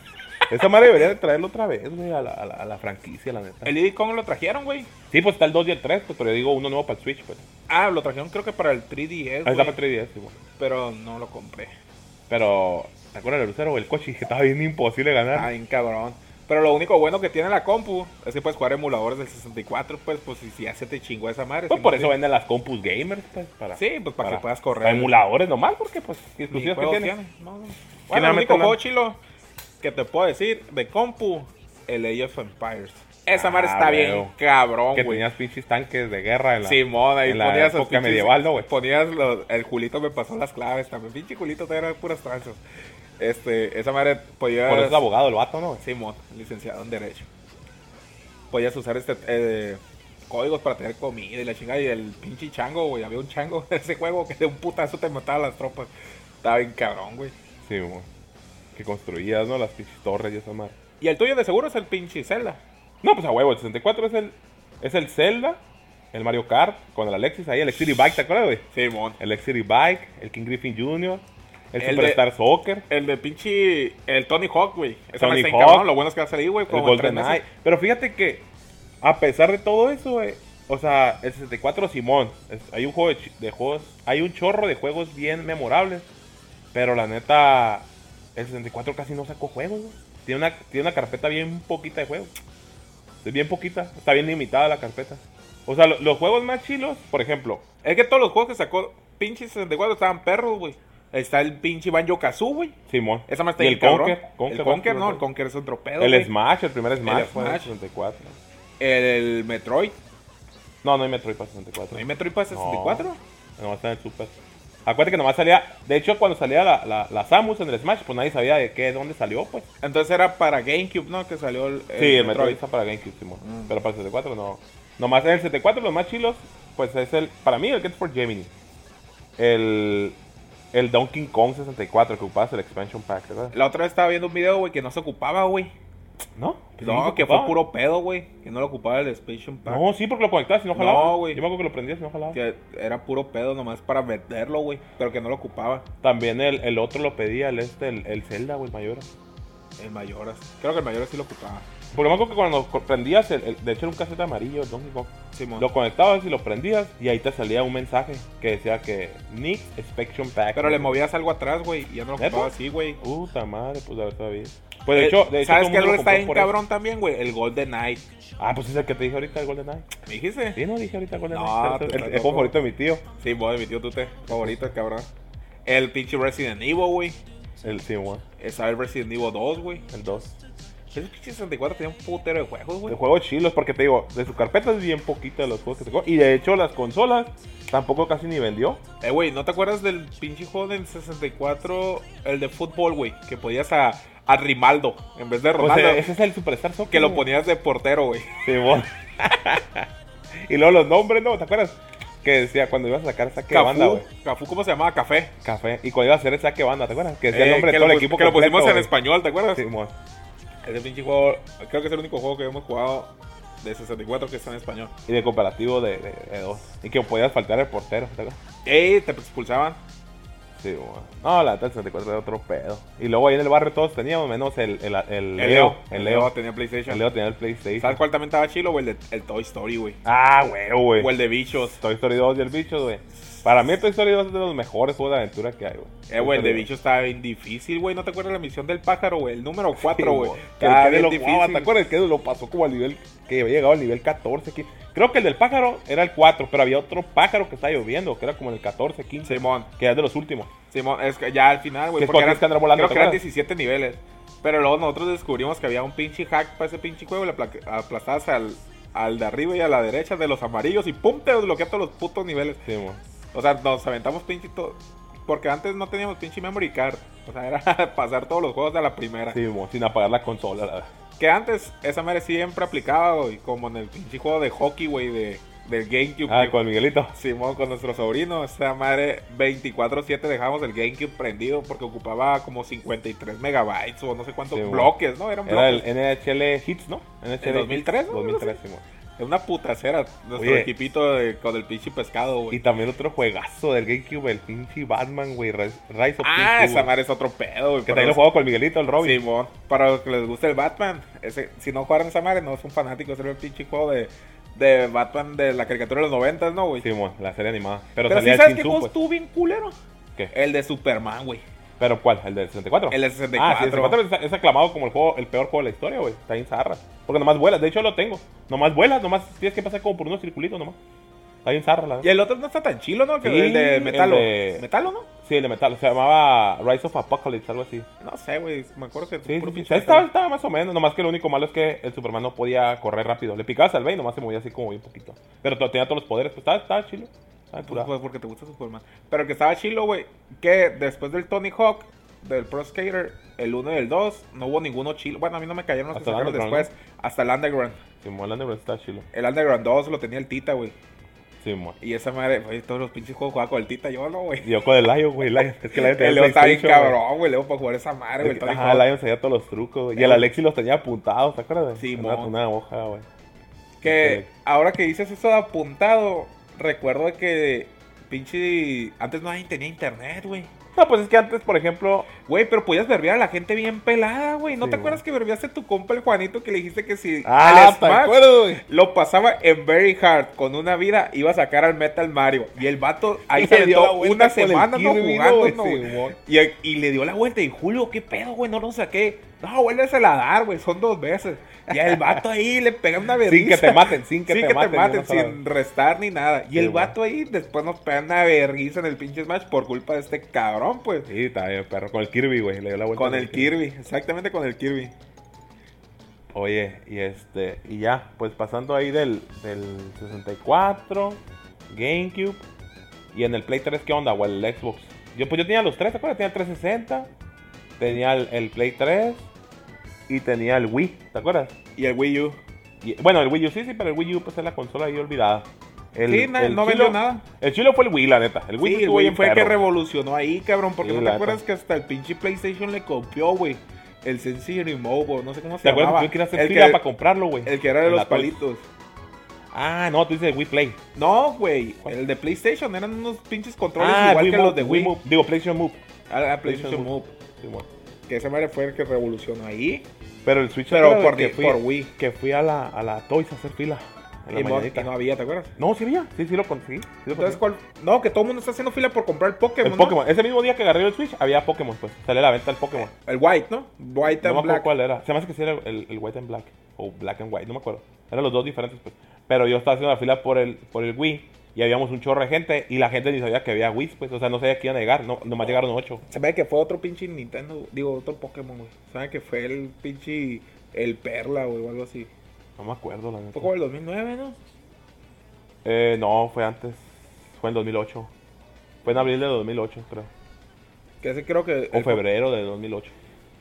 [SPEAKER 2] Esa madre debería de traerlo otra vez, güey, a la, a la, a la franquicia, la neta.
[SPEAKER 1] El Diddy Con lo trajeron, güey.
[SPEAKER 2] Sí, pues está el 2 y el 3, pues, pero yo digo uno nuevo para el Switch, pues.
[SPEAKER 1] Ah, lo trajeron creo que para el 3DS,
[SPEAKER 2] Ahí está para
[SPEAKER 1] güey,
[SPEAKER 2] el 3DS, sí, güey.
[SPEAKER 1] Pero no lo compré.
[SPEAKER 2] Pero, ¿te acuerdas del Lucero, güey? El coche que estaba bien imposible ganar.
[SPEAKER 1] Ah, bien cabrón. Pero lo único bueno que tiene la compu es que puedes jugar emuladores del 64, pues, pues si si ya se te chingó esa madre.
[SPEAKER 2] pues
[SPEAKER 1] si
[SPEAKER 2] por
[SPEAKER 1] no
[SPEAKER 2] eso
[SPEAKER 1] te-
[SPEAKER 2] venden las compus gamers, pues, para...
[SPEAKER 1] Sí, pues para, que puedas correr.
[SPEAKER 2] Para emuladores nomás, porque, pues,
[SPEAKER 1] Ni
[SPEAKER 2] exclusivos que
[SPEAKER 1] juegos
[SPEAKER 2] tiene.
[SPEAKER 1] tiene, no, no.
[SPEAKER 2] ¿Quién
[SPEAKER 1] Bueno,
[SPEAKER 2] la
[SPEAKER 1] el único
[SPEAKER 2] mete la-
[SPEAKER 1] juego chilo que te puedo decir de compu, el Age of Empires. Esa madre
[SPEAKER 2] Ah,
[SPEAKER 1] está bien
[SPEAKER 2] veo.
[SPEAKER 1] cabrón,
[SPEAKER 2] Que
[SPEAKER 1] güey.
[SPEAKER 2] tenías pinches tanques de guerra en la...
[SPEAKER 1] Simón, ahí
[SPEAKER 2] en la
[SPEAKER 1] ponías
[SPEAKER 2] época
[SPEAKER 1] los pinches-
[SPEAKER 2] medieval, ¿no, güey?
[SPEAKER 1] Ponías los- el Julito me pasó las claves también. Pinche Julito te era puras tranzas. Este, esa madre podías.
[SPEAKER 2] Por eso es abogado el vato, ¿no? güey?
[SPEAKER 1] Simón, licenciado en Derecho. Podías usar este eh, códigos para tener comida y la chingada. Y el pinche chango, güey. Había un chango [LAUGHS] en ese juego que de un putazo te mataba las tropas. Estaba bien cabrón, güey.
[SPEAKER 2] Sí, güey. Que construías, ¿no? Las pinches torres y esa madre.
[SPEAKER 1] Y el tuyo de seguro es el pinche Zelda.
[SPEAKER 2] No, pues a huevo, el 64 es el, es el Zelda, el Mario Kart, con el Alexis ahí, el Xcity Bike, ¿te acuerdas, güey?
[SPEAKER 1] Simón.
[SPEAKER 2] El Xcity Bike, el King Griffin Jr., el,
[SPEAKER 1] El
[SPEAKER 2] Superstar Soccer,
[SPEAKER 1] El de pinche. El Tony Hawk, güey. Esa
[SPEAKER 2] Tony
[SPEAKER 1] madre está bien
[SPEAKER 2] Hawk.
[SPEAKER 1] cabrón. Lo bueno es que va a salir, güey.
[SPEAKER 2] el
[SPEAKER 1] como en tres
[SPEAKER 2] Golden
[SPEAKER 1] meses.
[SPEAKER 2] Eye. Pero fíjate que, a pesar de todo eso, güey, o sea, el 64 Simón, es- hay un juego de, chi- de juegos, hay un chorro de juegos bien memorables, pero la neta, el 64 casi no sacó juegos, güey. Tiene una, tiene una carpeta bien poquita de juegos. Es bien poquita, está bien limitada la carpeta. O sea, lo- los juegos más chilos, por ejemplo,
[SPEAKER 1] Es que todos los juegos que sacó pinche 64 estaban perros, güey. Está el pinche Banjo Kazoo, güey.
[SPEAKER 2] Simón.
[SPEAKER 1] Esa más está
[SPEAKER 2] Y
[SPEAKER 1] bien
[SPEAKER 2] el
[SPEAKER 1] cabrón.
[SPEAKER 2] Conker. Conker,
[SPEAKER 1] el Conker, no,
[SPEAKER 2] Conker.
[SPEAKER 1] el Conker es otro pedo.
[SPEAKER 2] El
[SPEAKER 1] güey.
[SPEAKER 2] Smash, el primer Smash, fue
[SPEAKER 1] Smash.
[SPEAKER 2] de 64.
[SPEAKER 1] El, el Metroid.
[SPEAKER 2] No, no hay Metroid para
[SPEAKER 1] ¿No
[SPEAKER 2] 64.
[SPEAKER 1] hay Metroid para 64?
[SPEAKER 2] Nomás está en el Super. Acuérdate que nomás salía. De hecho, cuando salía la, la, la Samus en el Smash, pues nadie sabía de qué, dónde salió, pues.
[SPEAKER 1] Entonces era para GameCube, ¿no? Que salió el,
[SPEAKER 2] sí, el Metroid está para GameCube, Simón.
[SPEAKER 1] Mm.
[SPEAKER 2] Pero para el 64 no. Nomás en el 74 los más chilos, pues es el, para mí, el Get for Gemini. El, el Donkey Kong 64 que ocupabas el Expansion Pack, ¿verdad?
[SPEAKER 1] La otra vez estaba viendo un video, güey, que no se ocupaba, güey.
[SPEAKER 2] ¿No?
[SPEAKER 1] No, que fue puro pedo, güey. Que no lo ocupaba el Expansion Pack.
[SPEAKER 2] No, sí, porque lo conectabas y no jalaba.
[SPEAKER 1] No, güey.
[SPEAKER 2] Yo me acuerdo que lo prendías y no jalaba.
[SPEAKER 1] Que era puro pedo nomás para venderlo, güey. Pero que no lo ocupaba.
[SPEAKER 2] También el, el otro lo pedía, el este, el, el Zelda, güey, el mayor.
[SPEAKER 1] El Mayoras. Creo que el Mayoras sí lo ocupaba.
[SPEAKER 2] Porque me acuerdo que cuando co- prendías, el, el- de hecho era un casete amarillo, el Donkey Kong.
[SPEAKER 1] Simón.
[SPEAKER 2] Lo conectabas y lo prendías y ahí te salía un mensaje que decía que Nick Spectrum Pack.
[SPEAKER 1] Pero le movías algo atrás, güey. Y ya no lo
[SPEAKER 2] ¿Neta?
[SPEAKER 1] ocupaba así, güey.
[SPEAKER 2] Puta madre, pues de haber sabido. Pues de hecho, de
[SPEAKER 1] Eh,
[SPEAKER 2] hecho
[SPEAKER 1] ¿Sabes qué
[SPEAKER 2] todo el mundo
[SPEAKER 1] algo
[SPEAKER 2] lo
[SPEAKER 1] está
[SPEAKER 2] compró
[SPEAKER 1] bien
[SPEAKER 2] por eso.
[SPEAKER 1] cabrón también, güey? El Golden Knight.
[SPEAKER 2] Ah, pues es el que te dije ahorita, el Golden Knight.
[SPEAKER 1] ¿Me dijiste?
[SPEAKER 2] Sí, no dije ahorita el Golden
[SPEAKER 1] No, tú
[SPEAKER 2] Knight. Es el-
[SPEAKER 1] estás
[SPEAKER 2] el, el
[SPEAKER 1] loco.
[SPEAKER 2] juego favorito de mi tío.
[SPEAKER 1] Sí, vos, mi tío Tute. Favorito, cabrón. El pinche Resident Evil, güey.
[SPEAKER 2] El sí, güey,
[SPEAKER 1] Estaba el Resident Evil 2, güey.
[SPEAKER 2] el 2.
[SPEAKER 1] Ese pinche 64 tenía un putero de juegos,
[SPEAKER 2] De
[SPEAKER 1] güey.
[SPEAKER 2] juegos chilos, porque te digo, de su carpeta es bien poquita de los juegos que sacó. Y de hecho, las consolas tampoco casi ni vendió.
[SPEAKER 1] Eh, güey, ¿no te acuerdas del pinche juego del 64? El de fútbol, güey. Que podías a, a Rimaldo en vez de
[SPEAKER 2] O
[SPEAKER 1] Ronaldo.
[SPEAKER 2] sea, ese es el Superstar Soccer.
[SPEAKER 1] que lo
[SPEAKER 2] güey.
[SPEAKER 1] ponías de portero, güey.
[SPEAKER 2] Simón. [LAUGHS] y luego los nombres, ¿no? ¿Te acuerdas? Que decía cuando ibas a sacar saque de banda,
[SPEAKER 1] Cafú.
[SPEAKER 2] güey.
[SPEAKER 1] Cafú, ¿cómo se llamaba? Café.
[SPEAKER 2] Café. Y cuando ibas a hacer el saque de banda, ¿te acuerdas? Que decía el
[SPEAKER 1] Eh,
[SPEAKER 2] nombre
[SPEAKER 1] que
[SPEAKER 2] de todo
[SPEAKER 1] lo
[SPEAKER 2] el
[SPEAKER 1] pus-
[SPEAKER 2] equipo.
[SPEAKER 1] Que lo pusimos
[SPEAKER 2] completo,
[SPEAKER 1] en
[SPEAKER 2] güey.
[SPEAKER 1] español, ¿te acuerdas?
[SPEAKER 2] Simón.
[SPEAKER 1] Ese pinche juego, creo que es el único juego que hemos jugado de 64 que está en español.
[SPEAKER 2] Y de cooperativo de, de, de dos. Y que podías faltar el portero, ¿te acuerdas?
[SPEAKER 1] ¡Ey! Te expulsaban.
[SPEAKER 2] Sí, bueno. No, la neta, el 64 era otro pedo. Y luego ahí en el barrio todos teníamos, menos el, el, el
[SPEAKER 1] El Leo.
[SPEAKER 2] El Leo.
[SPEAKER 1] tenía PlayStation.
[SPEAKER 2] El Leo tenía el PlayStation.
[SPEAKER 1] ¿Sabes cuál también estaba chilo, güey? El, de- el Toy Story, güey.
[SPEAKER 2] Ah, güey, güey.
[SPEAKER 1] O el de bichos.
[SPEAKER 2] Toy Story 2 y el bicho, güey. Para mí, el Toy Story 2 es de los mejores juegos de aventura que hay, güey.
[SPEAKER 1] Eh, güey, el de
[SPEAKER 2] Toy Story
[SPEAKER 1] bichos estaba bien difícil, güey. ¿No te acuerdas la misión del pájaro, güey? El número 4,
[SPEAKER 2] Sí,
[SPEAKER 1] güey.
[SPEAKER 2] Que
[SPEAKER 1] Estaba
[SPEAKER 2] el que
[SPEAKER 1] bien
[SPEAKER 2] lo
[SPEAKER 1] difícil.
[SPEAKER 2] jugaba, ¿te acuerdas? El que lo pasó como al nivel. Que había llegado al nivel 14. que- Creo que el del pájaro era el 4, pero había otro pájaro que estaba lloviendo, que era como en el 14, 15.
[SPEAKER 1] Simón.
[SPEAKER 2] Que era de los últimos.
[SPEAKER 1] Simón, es que ya al final,
[SPEAKER 2] Que
[SPEAKER 1] güey.
[SPEAKER 2] es
[SPEAKER 1] Porque
[SPEAKER 2] cuando tienes
[SPEAKER 1] eran,
[SPEAKER 2] que andar volando,
[SPEAKER 1] creo
[SPEAKER 2] ¿te
[SPEAKER 1] que eran
[SPEAKER 2] acuerdas?
[SPEAKER 1] 17 niveles. Pero luego nosotros descubrimos que había un pinche hack para ese pinche juego. Y le apla- aplastabas al, al de arriba y a la derecha de los amarillos. Y pum, te desbloquea todos los putos niveles.
[SPEAKER 2] Sí, mo.
[SPEAKER 1] O sea, nos aventamos pinche todo. Porque antes no teníamos pinche memory card. O sea, [LAUGHS] era pasar todos los juegos a la primera.
[SPEAKER 2] Sí, mo, sin apagar la consola. la verdad.
[SPEAKER 1] Que antes esa madre siempre aplicaba, güey. Como en el pinche juego de hockey, güey, de, del GameCube.
[SPEAKER 2] Ah,
[SPEAKER 1] que
[SPEAKER 2] con Miguelito.
[SPEAKER 1] Simón, con nuestro sobrino, esa madre 24-7 dejamos el GameCube prendido porque ocupaba como 53 megabytes o no sé cuántos
[SPEAKER 2] Sí, güey.
[SPEAKER 1] bloques, ¿no? Eran
[SPEAKER 2] Era el
[SPEAKER 1] bloques.
[SPEAKER 2] NHL Hits, ¿no? NHL
[SPEAKER 1] ¿En 2003, no?
[SPEAKER 2] 2003, sí, mo.
[SPEAKER 1] Era una putacera nuestro
[SPEAKER 2] eh, Oye.
[SPEAKER 1] equipito de- con el pinche pescado,
[SPEAKER 2] Y
[SPEAKER 1] güey.
[SPEAKER 2] también otro juegazo del GameCube, el pinche Batman, güey. Rise Rise of
[SPEAKER 1] Ah,
[SPEAKER 2] King,
[SPEAKER 1] esa
[SPEAKER 2] güey.
[SPEAKER 1] madre es otro pedo, güey.
[SPEAKER 2] Que
[SPEAKER 1] para
[SPEAKER 2] también lo
[SPEAKER 1] los-
[SPEAKER 2] jugaba con Miguelito, el Robin.
[SPEAKER 1] Simón, para los que les gusta el Batman, ese, si no jugaron esa madre, no son fanáticos, era el pinche juego de, de Batman de la caricatura de los 90, ¿no, güey?
[SPEAKER 2] Sí, mo, la serie animada. Pero,
[SPEAKER 1] Pero, si
[SPEAKER 2] salía el
[SPEAKER 1] sabes que
[SPEAKER 2] Shin Tzu,
[SPEAKER 1] juego
[SPEAKER 2] pues.
[SPEAKER 1] estuvo bien culero.
[SPEAKER 2] ¿Qué?
[SPEAKER 1] El de Superman, güey.
[SPEAKER 2] ¿Pero cuál? ¿El del 64?
[SPEAKER 1] El del 64.
[SPEAKER 2] Ah, sí, el 64 es, es aclamado como el, juego, el peor juego de la historia, güey. Está en zarra. Porque nomás vuelas, de hecho lo tengo. Nomás vuelas, nomás tienes que pasar como por unos circulitos nomás. Está bien zarra, la
[SPEAKER 1] Y
[SPEAKER 2] verdad.
[SPEAKER 1] el otro no está tan chilo, ¿no? Que
[SPEAKER 2] Sí,
[SPEAKER 1] el de
[SPEAKER 2] el
[SPEAKER 1] Metalo.
[SPEAKER 2] de-
[SPEAKER 1] ¿Metalo, no?
[SPEAKER 2] Sí, el de metal. Se llamaba Rise of Apocalypse, algo así.
[SPEAKER 1] No sé, güey. Me acuerdo que. puro
[SPEAKER 2] Sí, sí, sí.
[SPEAKER 1] pinche
[SPEAKER 2] Estaba,
[SPEAKER 1] metal.
[SPEAKER 2] estaba más o menos. Nomás que lo único malo es que el Superman no podía correr rápido. Le picabas al B y nomás se movía así como bien poquito. Pero to- tenía todos los poderes. Pues estaba, estaba chilo. Estaba
[SPEAKER 1] Pues,
[SPEAKER 2] curado.
[SPEAKER 1] pues, porque te gusta Superman. Pero el que estaba chilo, güey. Que después del Tony Hawk, del Pro Skater, el 1 y el 2, no hubo ninguno chilo. Bueno, a mí no me cayeron los que
[SPEAKER 2] Hasta el
[SPEAKER 1] sacaron
[SPEAKER 2] Underground,
[SPEAKER 1] después. Hasta el Underground.
[SPEAKER 2] Simón Landerman estaba chilo.
[SPEAKER 1] El Underground 2 lo tenía el Tita, güey.
[SPEAKER 2] Simón.
[SPEAKER 1] Y esa madre, güey, todos los pinches juegos jugaba con el Tita, yo no, güey.
[SPEAKER 2] Y yo con el Lion, güey. Lion. Es que Lion tenía
[SPEAKER 1] El Leo está bien
[SPEAKER 2] PlayStation, güey.
[SPEAKER 1] cabrón, güey. Leo para jugar esa madre, güey. el Tony
[SPEAKER 2] Ajá,
[SPEAKER 1] Hawk.
[SPEAKER 2] Lion sabía todos los trucos, güey. Y el
[SPEAKER 1] Eh.
[SPEAKER 2] Alexi los tenía apuntados, ¿te acuerdas? güey?
[SPEAKER 1] Sí,
[SPEAKER 2] En una,
[SPEAKER 1] mon.
[SPEAKER 2] una hoja, güey.
[SPEAKER 1] Que
[SPEAKER 2] Sí.
[SPEAKER 1] ahora que dices eso de apuntado, recuerdo que pinche. Antes nadie tenía internet, güey.
[SPEAKER 2] No, pues es que antes, por ejemplo,
[SPEAKER 1] Güey, pero podías verbear a la gente bien pelada, güey. ¿No
[SPEAKER 2] Sí,
[SPEAKER 1] te
[SPEAKER 2] güey.
[SPEAKER 1] acuerdas que verbeaste a tu compa el Juanito que le dijiste que si
[SPEAKER 2] ah,
[SPEAKER 1] al
[SPEAKER 2] ¿te
[SPEAKER 1] Smash
[SPEAKER 2] acuerdas, güey?
[SPEAKER 1] lo pasaba en Very Hard con una vida, iba a sacar al Metal Mario? Y el vato [LAUGHS] ahí se
[SPEAKER 2] Le dio la
[SPEAKER 1] aventó
[SPEAKER 2] vuelta
[SPEAKER 1] una
[SPEAKER 2] con el
[SPEAKER 1] semana no
[SPEAKER 2] Kirby,
[SPEAKER 1] jugando,
[SPEAKER 2] güey,
[SPEAKER 1] no, güey.
[SPEAKER 2] Simón.
[SPEAKER 1] Y, y le dio la vuelta y Julio, ¿qué pedo, güey? No lo saqué. No, vuélvesela a dar, güey. Son dos veces. Y el vato ahí le pega una vergüenza.
[SPEAKER 2] Sin que te maten, sin que
[SPEAKER 1] Sí,
[SPEAKER 2] te maten. ni una sola
[SPEAKER 1] sin restar ni nada. Y
[SPEAKER 2] Sí,
[SPEAKER 1] el
[SPEAKER 2] güey.
[SPEAKER 1] vato ahí después nos pegan una vergüenza en el pinche Smash por culpa de este cabrón, pues.
[SPEAKER 2] vez. Sí, está bien, perro. Con el Kirby, güey. Le dio la vuelta.
[SPEAKER 1] Con el Kirby, exactamente con el Kirby.
[SPEAKER 2] Oye, y este, y ya, pues pasando ahí del, del 64, GameCube y en el Play 3, ¿qué onda? O el Xbox. Yo pues yo tenía los tres, ¿te acuerdas? Tenía el 360, tenía el, el Play 3 y tenía el Wii, ¿te acuerdas?
[SPEAKER 1] Y el Wii U.
[SPEAKER 2] Y- bueno, el Wii U sí, sí, pero el Wii U pues es la consola ahí olvidada. El,
[SPEAKER 1] Sí, na- no vendió nada.
[SPEAKER 2] El chilo fue el Wii, la neta. El
[SPEAKER 1] Sí,
[SPEAKER 2] Wii
[SPEAKER 1] el
[SPEAKER 2] estuvo
[SPEAKER 1] güey
[SPEAKER 2] bien
[SPEAKER 1] fue el que
[SPEAKER 2] perro.
[SPEAKER 1] revolucionó ahí, cabrón. Porque
[SPEAKER 2] Sí,
[SPEAKER 1] no te
[SPEAKER 2] la
[SPEAKER 1] acuerdas
[SPEAKER 2] neta.
[SPEAKER 1] que hasta el pinche PlayStation le copió, güey. El Sensi Remote, o no sé cómo se
[SPEAKER 2] ¿Te acuerdas
[SPEAKER 1] llamaba.
[SPEAKER 2] que tú querías hacer
[SPEAKER 1] el,
[SPEAKER 2] fila
[SPEAKER 1] que,
[SPEAKER 2] para comprarlo, güey?
[SPEAKER 1] el que era de
[SPEAKER 2] En
[SPEAKER 1] los
[SPEAKER 2] la Toys.
[SPEAKER 1] palitos.
[SPEAKER 2] Ah, no, tú dices Wii Play.
[SPEAKER 1] No, güey. El de PlayStation eran unos pinches controles
[SPEAKER 2] Ah,
[SPEAKER 1] igual
[SPEAKER 2] Wii
[SPEAKER 1] que
[SPEAKER 2] Move,
[SPEAKER 1] los de Wii.
[SPEAKER 2] Move. Digo, PlayStation Move.
[SPEAKER 1] Ah, ah, PlayStation
[SPEAKER 2] PlayStation
[SPEAKER 1] Move.
[SPEAKER 2] Sí, bueno.
[SPEAKER 1] Que esa madre fue el que revolucionó ahí.
[SPEAKER 2] Pero el Switch
[SPEAKER 1] Pero
[SPEAKER 2] era el
[SPEAKER 1] por,
[SPEAKER 2] que
[SPEAKER 1] di- por Wii.
[SPEAKER 2] que fui a la, a la Toys a hacer fila. En la
[SPEAKER 1] Y no,
[SPEAKER 2] mañanita.
[SPEAKER 1] y no había, ¿te acuerdas?
[SPEAKER 2] No, sí había. Sí, sí lo conseguí. sí lo
[SPEAKER 1] Entonces,
[SPEAKER 2] conseguí.
[SPEAKER 1] ¿cuál? No, que todo el mundo está haciendo fila por comprar el Pokémon.
[SPEAKER 2] el
[SPEAKER 1] ¿no?
[SPEAKER 2] Pokémon. Ese mismo día que agarré el Switch, había Pokémon, pues. Salió a la venta el Pokémon.
[SPEAKER 1] El White, ¿no? White
[SPEAKER 2] No me
[SPEAKER 1] and
[SPEAKER 2] acuerdo
[SPEAKER 1] Black.
[SPEAKER 2] cuál era. Se me hace que sí era el, el White and Black. O Black and White, no me acuerdo. Eran los dos diferentes, pues. Pero yo estaba haciendo la fila por el, por el Wii. Y habíamos un chorro de gente. Y la gente ni sabía que había Wii, pues. O sea, no sabía que iban a llegar. No, nomás llegaron ocho.
[SPEAKER 1] Se ve que fue otro pinche Nintendo, digo, otro Pokémon, güey. Saben que fue el pinche. El Perla, güey, o algo así.
[SPEAKER 2] No me acuerdo, la neta.
[SPEAKER 1] Fue como el 2009, ¿no?
[SPEAKER 2] Eh, no, fue antes. Fue en 2008. Fue en abril de 2008, creo.
[SPEAKER 1] Que ese creo que.
[SPEAKER 2] O
[SPEAKER 1] el-
[SPEAKER 2] febrero de 2008.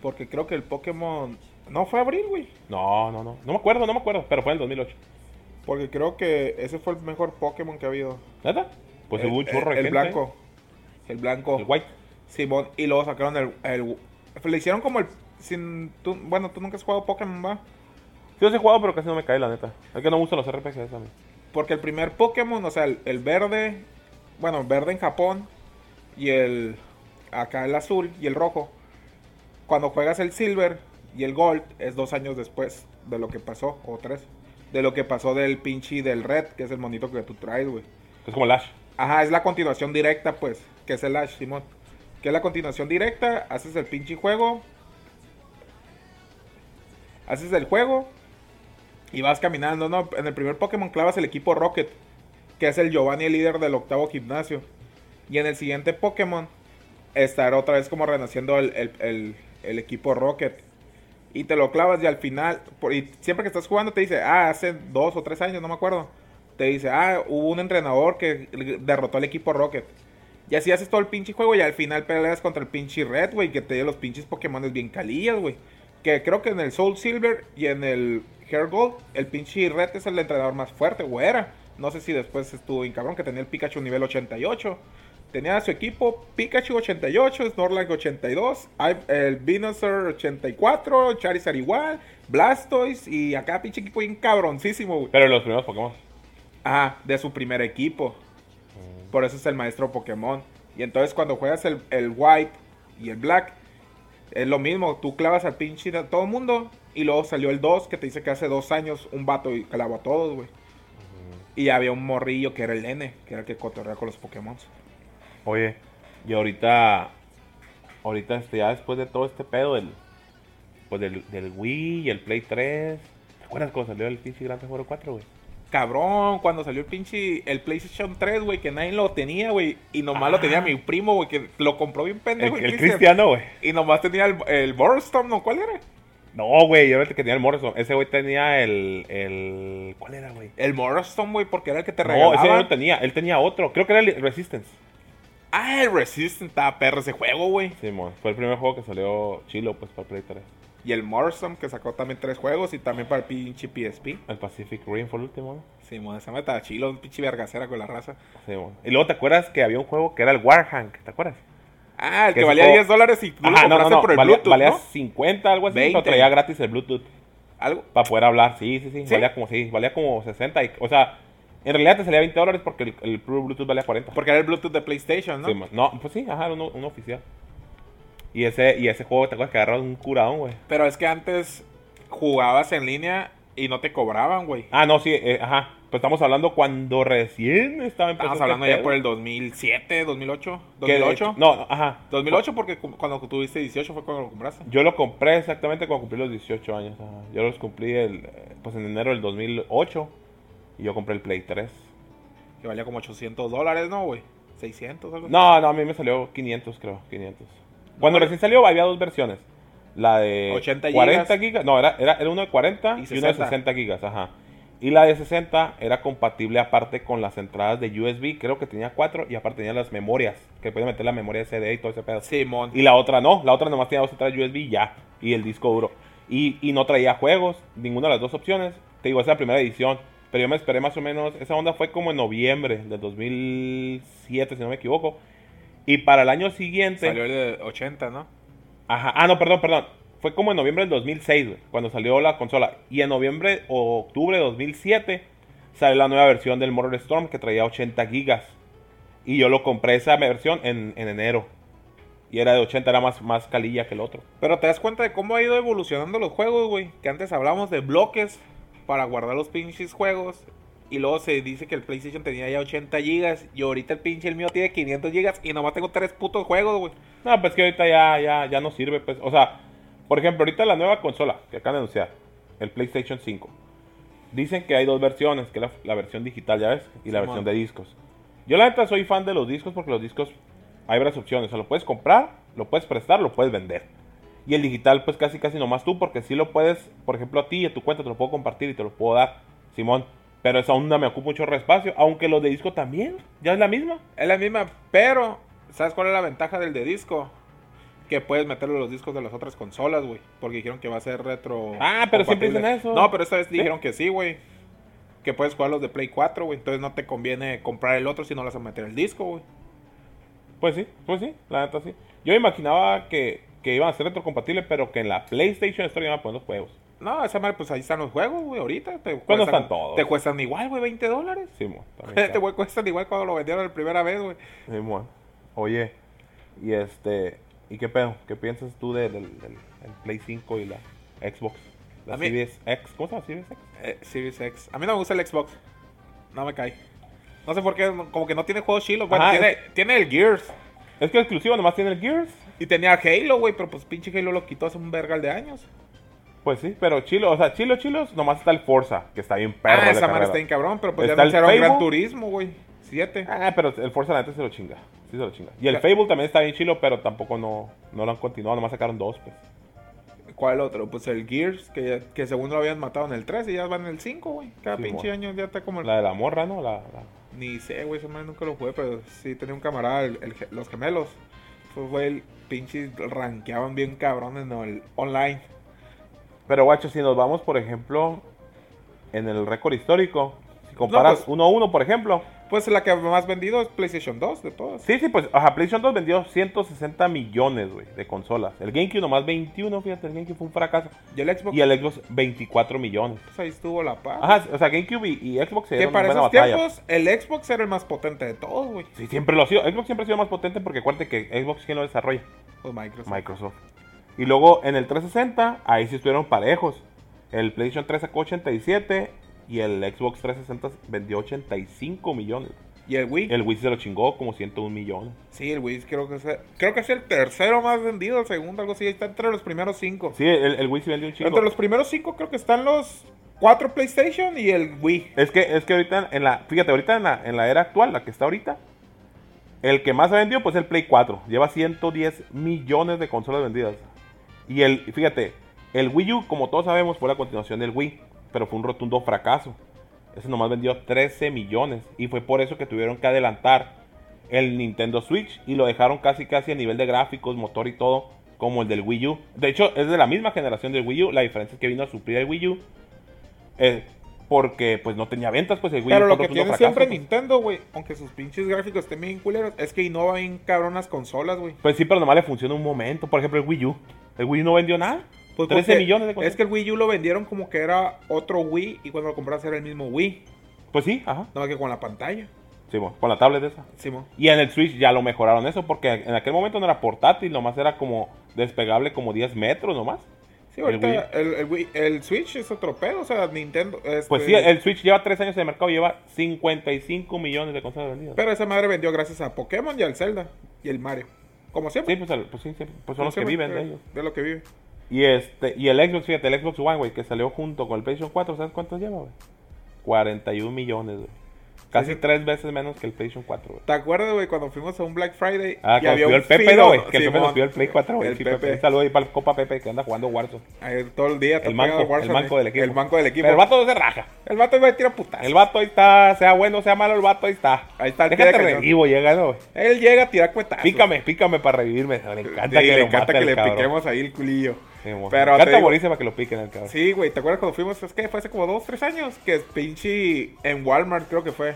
[SPEAKER 1] Porque creo que el Pokémon. No fue abril, güey.
[SPEAKER 2] No, no, no. No me acuerdo, no me acuerdo. Pero fue en el 2008.
[SPEAKER 1] Porque creo que ese fue el mejor Pokémon que ha habido.
[SPEAKER 2] ¿Neta? Pues
[SPEAKER 1] el,
[SPEAKER 2] hubo un chorro
[SPEAKER 1] el,
[SPEAKER 2] de
[SPEAKER 1] el
[SPEAKER 2] gente.
[SPEAKER 1] blanco. El blanco.
[SPEAKER 2] El white.
[SPEAKER 1] Simón. Y luego sacaron el. el- le hicieron como el. Sin, tú- bueno, tú nunca has jugado Pokémon, va.
[SPEAKER 2] Sí, yo sí he jugado, pero casi no me cae, la neta. Es que no me gustan los RPGs a mí.
[SPEAKER 1] Porque el primer Pokémon, o sea, el, el verde, bueno, el verde en Japón y el acá el azul y el rojo. Cuando juegas el Silver y el Gold es dos años después de lo que pasó, o tres, de lo que pasó del pinche del Red, que es el monito que tú traes, güey.
[SPEAKER 2] Es como Lash.
[SPEAKER 1] Ajá, es la continuación directa, pues, que es el Ash, Simón. Que es la continuación directa, haces el pinche juego. Haces el juego y vas caminando, ¿no? En el primer Pokémon clavas el equipo Rocket, que es el Giovanni, el líder del octavo gimnasio. Y en el siguiente Pokémon estará otra vez como renaciendo el, el- el- el equipo Rocket. Y te lo clavas y al final, por- y siempre que estás jugando te dice, ah, hace dos o tres años, no me acuerdo. Te dice, ah, hubo un entrenador que derrotó al equipo Rocket. Y así haces todo el pinche juego y al final peleas contra el pinche Red, güey, que te dio los pinches Pokémones bien calillas, güey. Que creo que en el Soul Silver y en el Hair Gold, el pinche Red es el entrenador más fuerte, güey, era. No sé si después estuvo bien cabrón, que tenía el Pikachu nivel 88. Tenía a su equipo Pikachu 88, Snorlax 82, Iv- el Venusaur 84, Charizard igual, Blastoise y acá pinche equipo bien cabroncísimo, güey.
[SPEAKER 2] Pero los primeros Pokémon.
[SPEAKER 1] Ah, de su primer equipo.
[SPEAKER 2] Mm.
[SPEAKER 1] Por eso es el maestro Pokémon. Y entonces cuando juegas el, el White y el Black, es lo mismo. Tú clavas al pinche de todo el mundo. Y luego salió el 2, que te dice que hace dos años un vato y clavó a todos, güey. Y había un morrillo que era el N, que era el que cotorrea con los Pokémon.
[SPEAKER 2] Oye, y ahorita. Ahorita, este, ya después de todo este pedo del. Pues del, del Wii y el Play 3. ¿Te acuerdas cuando salió el pinche Gran Theft 4, güey?
[SPEAKER 1] Cabrón, cuando salió el pinche el PlayStation 3, güey, que nadie lo tenía, güey. Y nomás lo tenía mi primo, güey, que lo compró bien
[SPEAKER 2] El,
[SPEAKER 1] pendejo.
[SPEAKER 2] Ah. el Cristiano, güey.
[SPEAKER 1] Y nomás tenía el, el Burstom, ¿no? ¿Cuál era?
[SPEAKER 2] No, güey, yo ahorita que tenía el Morrison. Ese güey tenía el. el ¿Cuál era, güey?
[SPEAKER 1] El Morrison, güey, porque era el que te
[SPEAKER 2] No,
[SPEAKER 1] regalaba.
[SPEAKER 2] ese no tenía. Él tenía otro. Creo que era el Resistance.
[SPEAKER 1] Ah, el Resistance estaba perro ese juego, güey.
[SPEAKER 2] Simón, fue el primer juego que salió chilo, pues, para Play 3.
[SPEAKER 1] Y el Morrison, que sacó también tres juegos y también para el pinche PSP.
[SPEAKER 2] El Pacific Rim fue el último, ¿no?
[SPEAKER 1] Sí, mo, esa meta chilo, un pinche vergacera con la raza.
[SPEAKER 2] Sí, mo. Y luego te acuerdas que había un juego que era el Warhank, ¿te acuerdas?
[SPEAKER 1] Ah, el que
[SPEAKER 2] Que ese
[SPEAKER 1] valía
[SPEAKER 2] juego-
[SPEAKER 1] 10 dólares y tú lo
[SPEAKER 2] Ajá, no, no,
[SPEAKER 1] compraste
[SPEAKER 2] no.
[SPEAKER 1] por el
[SPEAKER 2] valía,
[SPEAKER 1] Bluetooth,
[SPEAKER 2] valía
[SPEAKER 1] ¿no?
[SPEAKER 2] 50, algo así, pero
[SPEAKER 1] 20.
[SPEAKER 2] traía gratis el Bluetooth
[SPEAKER 1] Algo.
[SPEAKER 2] para poder hablar. Sí, sí, sí,
[SPEAKER 1] ¿Sí?
[SPEAKER 2] Valía como, sí, valía como 60. y- o sea, en realidad te salía 20 dólares porque el, el puro Bluetooth valía 40.
[SPEAKER 1] Porque era el Bluetooth de PlayStation, ¿no?
[SPEAKER 2] Sí, mo. no, pues sí, ajá, era uno, uno oficial. Y ese, y ese juego, ¿te acuerdas que agarraron un curadón, güey?
[SPEAKER 1] Pero es que antes jugabas en línea y no te cobraban, güey.
[SPEAKER 2] Ah, no, sí, eh, ajá. Pues estamos hablando cuando recién estaba empezando.
[SPEAKER 1] Estamos
[SPEAKER 2] este
[SPEAKER 1] hablando ya
[SPEAKER 2] pedo.
[SPEAKER 1] por el 2007, 2008,
[SPEAKER 2] Que de
[SPEAKER 1] 2008.
[SPEAKER 2] hecho- No, ajá.
[SPEAKER 1] 2008 porque cu- cuando tuviste 18 fue cuando lo compraste.
[SPEAKER 2] Yo lo compré exactamente cuando cumplí los 18 años. ajá. Yo los cumplí el, eh, pues en enero del 2008 y yo compré el Play 3.
[SPEAKER 1] Que valía como 800 dólares, ¿no, güey? 600, algo así.
[SPEAKER 2] No, no, a mí me salió 500 creo, 500. Cuando recién salió había dos versiones. La de
[SPEAKER 1] 80
[SPEAKER 2] 40 gigas, no, era, era, era uno de 40
[SPEAKER 1] Y
[SPEAKER 2] y, uno de
[SPEAKER 1] 60.
[SPEAKER 2] 60 gigas, ajá. Y la de 60 era compatible aparte con las entradas de USB, creo que tenía cuatro y aparte tenía las memorias, que podía meter la memoria CD y todo ese pedo.
[SPEAKER 1] Simón.
[SPEAKER 2] Y la otra no, la otra nomás tenía dos entradas USB y ya, y el disco duro. Y, y no traía juegos, ninguna de las dos opciones. te digo, esa es la primera edición. Pero yo me esperé más o menos, esa onda fue como en noviembre del 2007, si no me equivoco. Y para el año siguiente...
[SPEAKER 1] Salió el de 80, ¿no?
[SPEAKER 2] Ajá. Ah, no, perdón, perdón. Fue como en noviembre del 2006, güey, cuando salió la consola. Y en noviembre o octubre de 2007 sale la nueva versión del Mortal Storm que traía 80 gigas. Y yo lo compré esa versión en, en enero. Y era de 80, era más, más calilla que el otro.
[SPEAKER 1] Pero te das cuenta de cómo ha ido evolucionando los juegos, güey. Que antes hablábamos de bloques para guardar los pinches juegos. Y luego se dice que el PlayStation tenía ya 80 gigas. Y ahorita el pinche el mío tiene 500 gigas. Y nomás tengo tres putos juegos, güey.
[SPEAKER 2] No, pues que ahorita ya, ya, ya no sirve, pues. O sea, por ejemplo, ahorita la nueva consola que acaban de anunciar, el PlayStation 5. Dicen que hay dos versiones, que es la, la versión digital, ya ves, y la
[SPEAKER 1] Simón.
[SPEAKER 2] versión de discos. Yo la neta soy fan de los discos porque los discos hay varias opciones. O sea, lo puedes comprar, lo puedes prestar, lo puedes vender. Y el digital, pues casi casi nomás tú, porque si lo puedes, por ejemplo, a ti y a tu cuenta te lo puedo compartir y te lo puedo dar, Simón. Pero esa onda me ocupa mucho espacio, aunque los de disco también, ya es la misma.
[SPEAKER 1] Es la misma, pero ¿sabes cuál es la ventaja del de disco? Que puedes meterle los discos de las otras consolas, güey. Porque dijeron que va a ser retro.
[SPEAKER 2] Ah, pero siempre
[SPEAKER 1] compatible.
[SPEAKER 2] dicen eso.
[SPEAKER 1] No, pero esta vez
[SPEAKER 2] ¿Sí?
[SPEAKER 1] dijeron que sí, güey. Que puedes jugar los de Play 4, güey. Entonces no te conviene comprar el otro si no le vas a meter el disco, güey.
[SPEAKER 2] Pues sí, pues sí, la neta sí. Yo me imaginaba que, que iban a ser retrocompatibles, pero que en la PlayStation Store iban a poner los juegos.
[SPEAKER 1] No, esa madre, pues ahí están los juegos, güey. Ahorita te
[SPEAKER 2] ¿Cuándo Pues están todos?
[SPEAKER 1] Te cuestan igual, güey, 20 dólares.
[SPEAKER 2] Simón,
[SPEAKER 1] [LAUGHS]
[SPEAKER 2] también
[SPEAKER 1] Te
[SPEAKER 2] está.
[SPEAKER 1] güey, cuestan igual cuando lo vendieron la primera vez, güey.
[SPEAKER 2] Simón. Oye, y este, ¿y qué pedo? ¿Qué piensas tú del, del- del- del Play 5 y la Xbox? La
[SPEAKER 1] A mí-
[SPEAKER 2] Series X, ¿cómo se llama Series X?
[SPEAKER 1] Eh, Series X. A mí no me gusta el Xbox. No me cae. No sé por qué, no- como que no tiene juegos chilos. Bueno,
[SPEAKER 2] Ajá,
[SPEAKER 1] tiene, tiene el Gears.
[SPEAKER 2] Es que exclusivo nomás tiene el Gears.
[SPEAKER 1] Y tenía Halo, güey, pero pues pinche Halo lo quitó hace un vergal de años.
[SPEAKER 2] Pues sí, pero chilo, o sea, chilo, chilos, nomás está el Forza, que está bien perro.
[SPEAKER 1] Ah,
[SPEAKER 2] de
[SPEAKER 1] esa madre
[SPEAKER 2] carrera.
[SPEAKER 1] está bien cabrón, pero pues ya
[SPEAKER 2] Está el
[SPEAKER 1] anunciaron Gran
[SPEAKER 2] Fable.
[SPEAKER 1] Turismo, güey. Siete.
[SPEAKER 2] Ah, pero el Forza la neta se lo chinga. Sí se lo chinga. Y el
[SPEAKER 1] Ca-
[SPEAKER 2] Fable también está bien chilo, pero tampoco no, no lo han continuado, nomás sacaron dos, pues.
[SPEAKER 1] ¿Cuál otro? Pues el Gears, que, que según lo habían matado en el 3 y ya van en el 5, güey. Cada
[SPEAKER 2] Sí,
[SPEAKER 1] pinche
[SPEAKER 2] mo.
[SPEAKER 1] año ya está como... el-
[SPEAKER 2] La de la morra, ¿no? La, la-
[SPEAKER 1] Ni sé, güey, esa madre nunca lo jugué, pero sí tenía un camarada, el- el ge- los gemelos. Pues, güey, el pinche rankeaban bien cabrones, ¿no? El online.
[SPEAKER 2] Pero, guacho, si nos vamos, por ejemplo, en el récord histórico, si comparas
[SPEAKER 1] No, pues-
[SPEAKER 2] uno a uno, por ejemplo.
[SPEAKER 1] Pues la que más vendido es PlayStation 2 de todas.
[SPEAKER 2] Sí, sí, pues, ajá, PlayStation 2 vendió 160 millones, güey, de consolas. El GameCube nomás 21, fíjate, el GameCube fue un fracaso.
[SPEAKER 1] Y el Xbox,
[SPEAKER 2] Y el Xbox 24 millones.
[SPEAKER 1] pues ahí estuvo la paz.
[SPEAKER 2] Ajá, o sea, GameCube y, y Xbox se
[SPEAKER 1] que
[SPEAKER 2] dieron
[SPEAKER 1] para
[SPEAKER 2] buena
[SPEAKER 1] esos
[SPEAKER 2] batalla.
[SPEAKER 1] tiempos, el Xbox era el más potente de todos, güey.
[SPEAKER 2] Sí, siempre lo ha sido. Xbox siempre ha sido más potente porque acuérdate que Xbox, ¿quién lo desarrolla?
[SPEAKER 1] Pues Microsoft.
[SPEAKER 2] Microsoft. Y luego en el 360, ahí sí estuvieron parejos. El PlayStation 3 sacó 87 y el Xbox 360 vendió 85 millones.
[SPEAKER 1] Y el Wii.
[SPEAKER 2] El Wii se lo chingó como 101 millones.
[SPEAKER 1] Sí, el Wii creo que, es, creo que es el tercero más vendido, el segundo, algo así. Está entre los primeros cinco.
[SPEAKER 2] Sí, el, el Wii sí vendió un chingo.
[SPEAKER 1] entre los primeros cinco creo que están los cuatro PlayStation y el Wii.
[SPEAKER 2] Es que, es que ahorita en la, fíjate, ahorita en la, en la era actual, la que está ahorita, el que más ha vendido pues es el Play 4. Lleva 110 millones de consolas vendidas. Y el, fíjate, el Wii U, como todos sabemos, fue la continuación del Wii, pero fue un rotundo fracaso. Ese nomás vendió 13 millones y fue por eso que tuvieron que adelantar el Nintendo Switch y lo dejaron casi casi a nivel de gráficos, motor y todo como el del Wii U. De hecho, es de la misma generación del Wii U, la diferencia es que vino a suplir el Wii U eh, porque pues no tenía ventas, pues el Wii
[SPEAKER 1] Pero
[SPEAKER 2] U
[SPEAKER 1] lo
[SPEAKER 2] fue
[SPEAKER 1] que
[SPEAKER 2] un rotundo
[SPEAKER 1] tiene
[SPEAKER 2] fracaso,
[SPEAKER 1] siempre
[SPEAKER 2] pues.
[SPEAKER 1] Nintendo, güey, aunque sus pinches gráficos estén bien culeros, es que innova bien cabronas consolas, güey.
[SPEAKER 2] Pues sí, pero nomás le funciona un momento, por ejemplo el Wii U. El Wii U no vendió nada.
[SPEAKER 1] Pues
[SPEAKER 2] 13
[SPEAKER 1] porque
[SPEAKER 2] millones de consolas.
[SPEAKER 1] Es que el Wii U lo vendieron como que era otro Wii y cuando lo compras era el mismo Wii,
[SPEAKER 2] Pues sí, ajá.
[SPEAKER 1] nada más que con la pantalla.
[SPEAKER 2] Sí, bueno, con la tablet esa.
[SPEAKER 1] Simón.
[SPEAKER 2] Y en el Switch ya lo mejoraron eso, porque en aquel momento no era portátil, nomás era como despegable como 10 metros nomás.
[SPEAKER 1] Sí,
[SPEAKER 2] El
[SPEAKER 1] ahorita el, el Wii- el Switch es otro pedo, o sea, Nintendo.
[SPEAKER 2] Pues sí,
[SPEAKER 1] este,
[SPEAKER 2] el Switch lleva 3 años en el mercado, lleva 55 millones de consolas vendidas.
[SPEAKER 1] Pero esa madre vendió gracias a Pokémon y al Zelda y el Mario. Como siempre.
[SPEAKER 2] sí, pues, el- pues sí, sí, pues son los que
[SPEAKER 1] Siempre,
[SPEAKER 2] viven de
[SPEAKER 1] eh,
[SPEAKER 2] ellos.
[SPEAKER 1] De lo que vive.
[SPEAKER 2] Y, este, y el Xbox, fíjate, el Xbox One, güey, que salió junto con el PlayStation 4, ¿sabes cuántos lleva, güey? 41 millones, güey. Casi
[SPEAKER 1] Sí, sí.
[SPEAKER 2] 3 veces menos que el PlayStation 4, güey.
[SPEAKER 1] ¿Te acuerdas, güey, cuando fuimos a un Black Friday?
[SPEAKER 2] Ah,
[SPEAKER 1] y
[SPEAKER 2] que nos
[SPEAKER 1] había
[SPEAKER 2] pidió
[SPEAKER 1] un
[SPEAKER 2] el Pepe,
[SPEAKER 1] filo?
[SPEAKER 2] ¿no, güey. Que el Pepe
[SPEAKER 1] Simón.
[SPEAKER 2] nos pidió el Play 4, güey.
[SPEAKER 1] El
[SPEAKER 2] Sí, Pepe, Un
[SPEAKER 1] Pepe.
[SPEAKER 2] saludo ahí para el Copa Pepe que anda jugando Warzone.
[SPEAKER 1] Ahí todo el día.
[SPEAKER 2] El manco,
[SPEAKER 1] pegaba Warzone,
[SPEAKER 2] el manco
[SPEAKER 1] eh.
[SPEAKER 2] del equipo.
[SPEAKER 1] El manco del equipo.
[SPEAKER 2] Pero el vato no se raja.
[SPEAKER 1] El vato iba a tirar putas.
[SPEAKER 2] El vato ahí está, sea bueno, sea malo, el vato ahí está.
[SPEAKER 1] Ahí está,
[SPEAKER 2] Déjate
[SPEAKER 1] tira que no.
[SPEAKER 2] revivo, llega, no, güey.
[SPEAKER 1] Él llega a tirar cuetazos.
[SPEAKER 2] Pícame, pícame para revivirme. Me
[SPEAKER 1] Sí,
[SPEAKER 2] encanta que
[SPEAKER 1] le
[SPEAKER 2] lo
[SPEAKER 1] encanta
[SPEAKER 2] maten,
[SPEAKER 1] que le
[SPEAKER 2] cabrón.
[SPEAKER 1] piquemos ahí el culillo. Pero
[SPEAKER 2] Pero
[SPEAKER 1] te
[SPEAKER 2] Canta
[SPEAKER 1] digo-
[SPEAKER 2] buenísima que lo piquen al cabrón.
[SPEAKER 1] Sí, güey, ¿te acuerdas cuando fuimos? Es que fue hace como dos, tres años que pinche en Walmart creo que fue.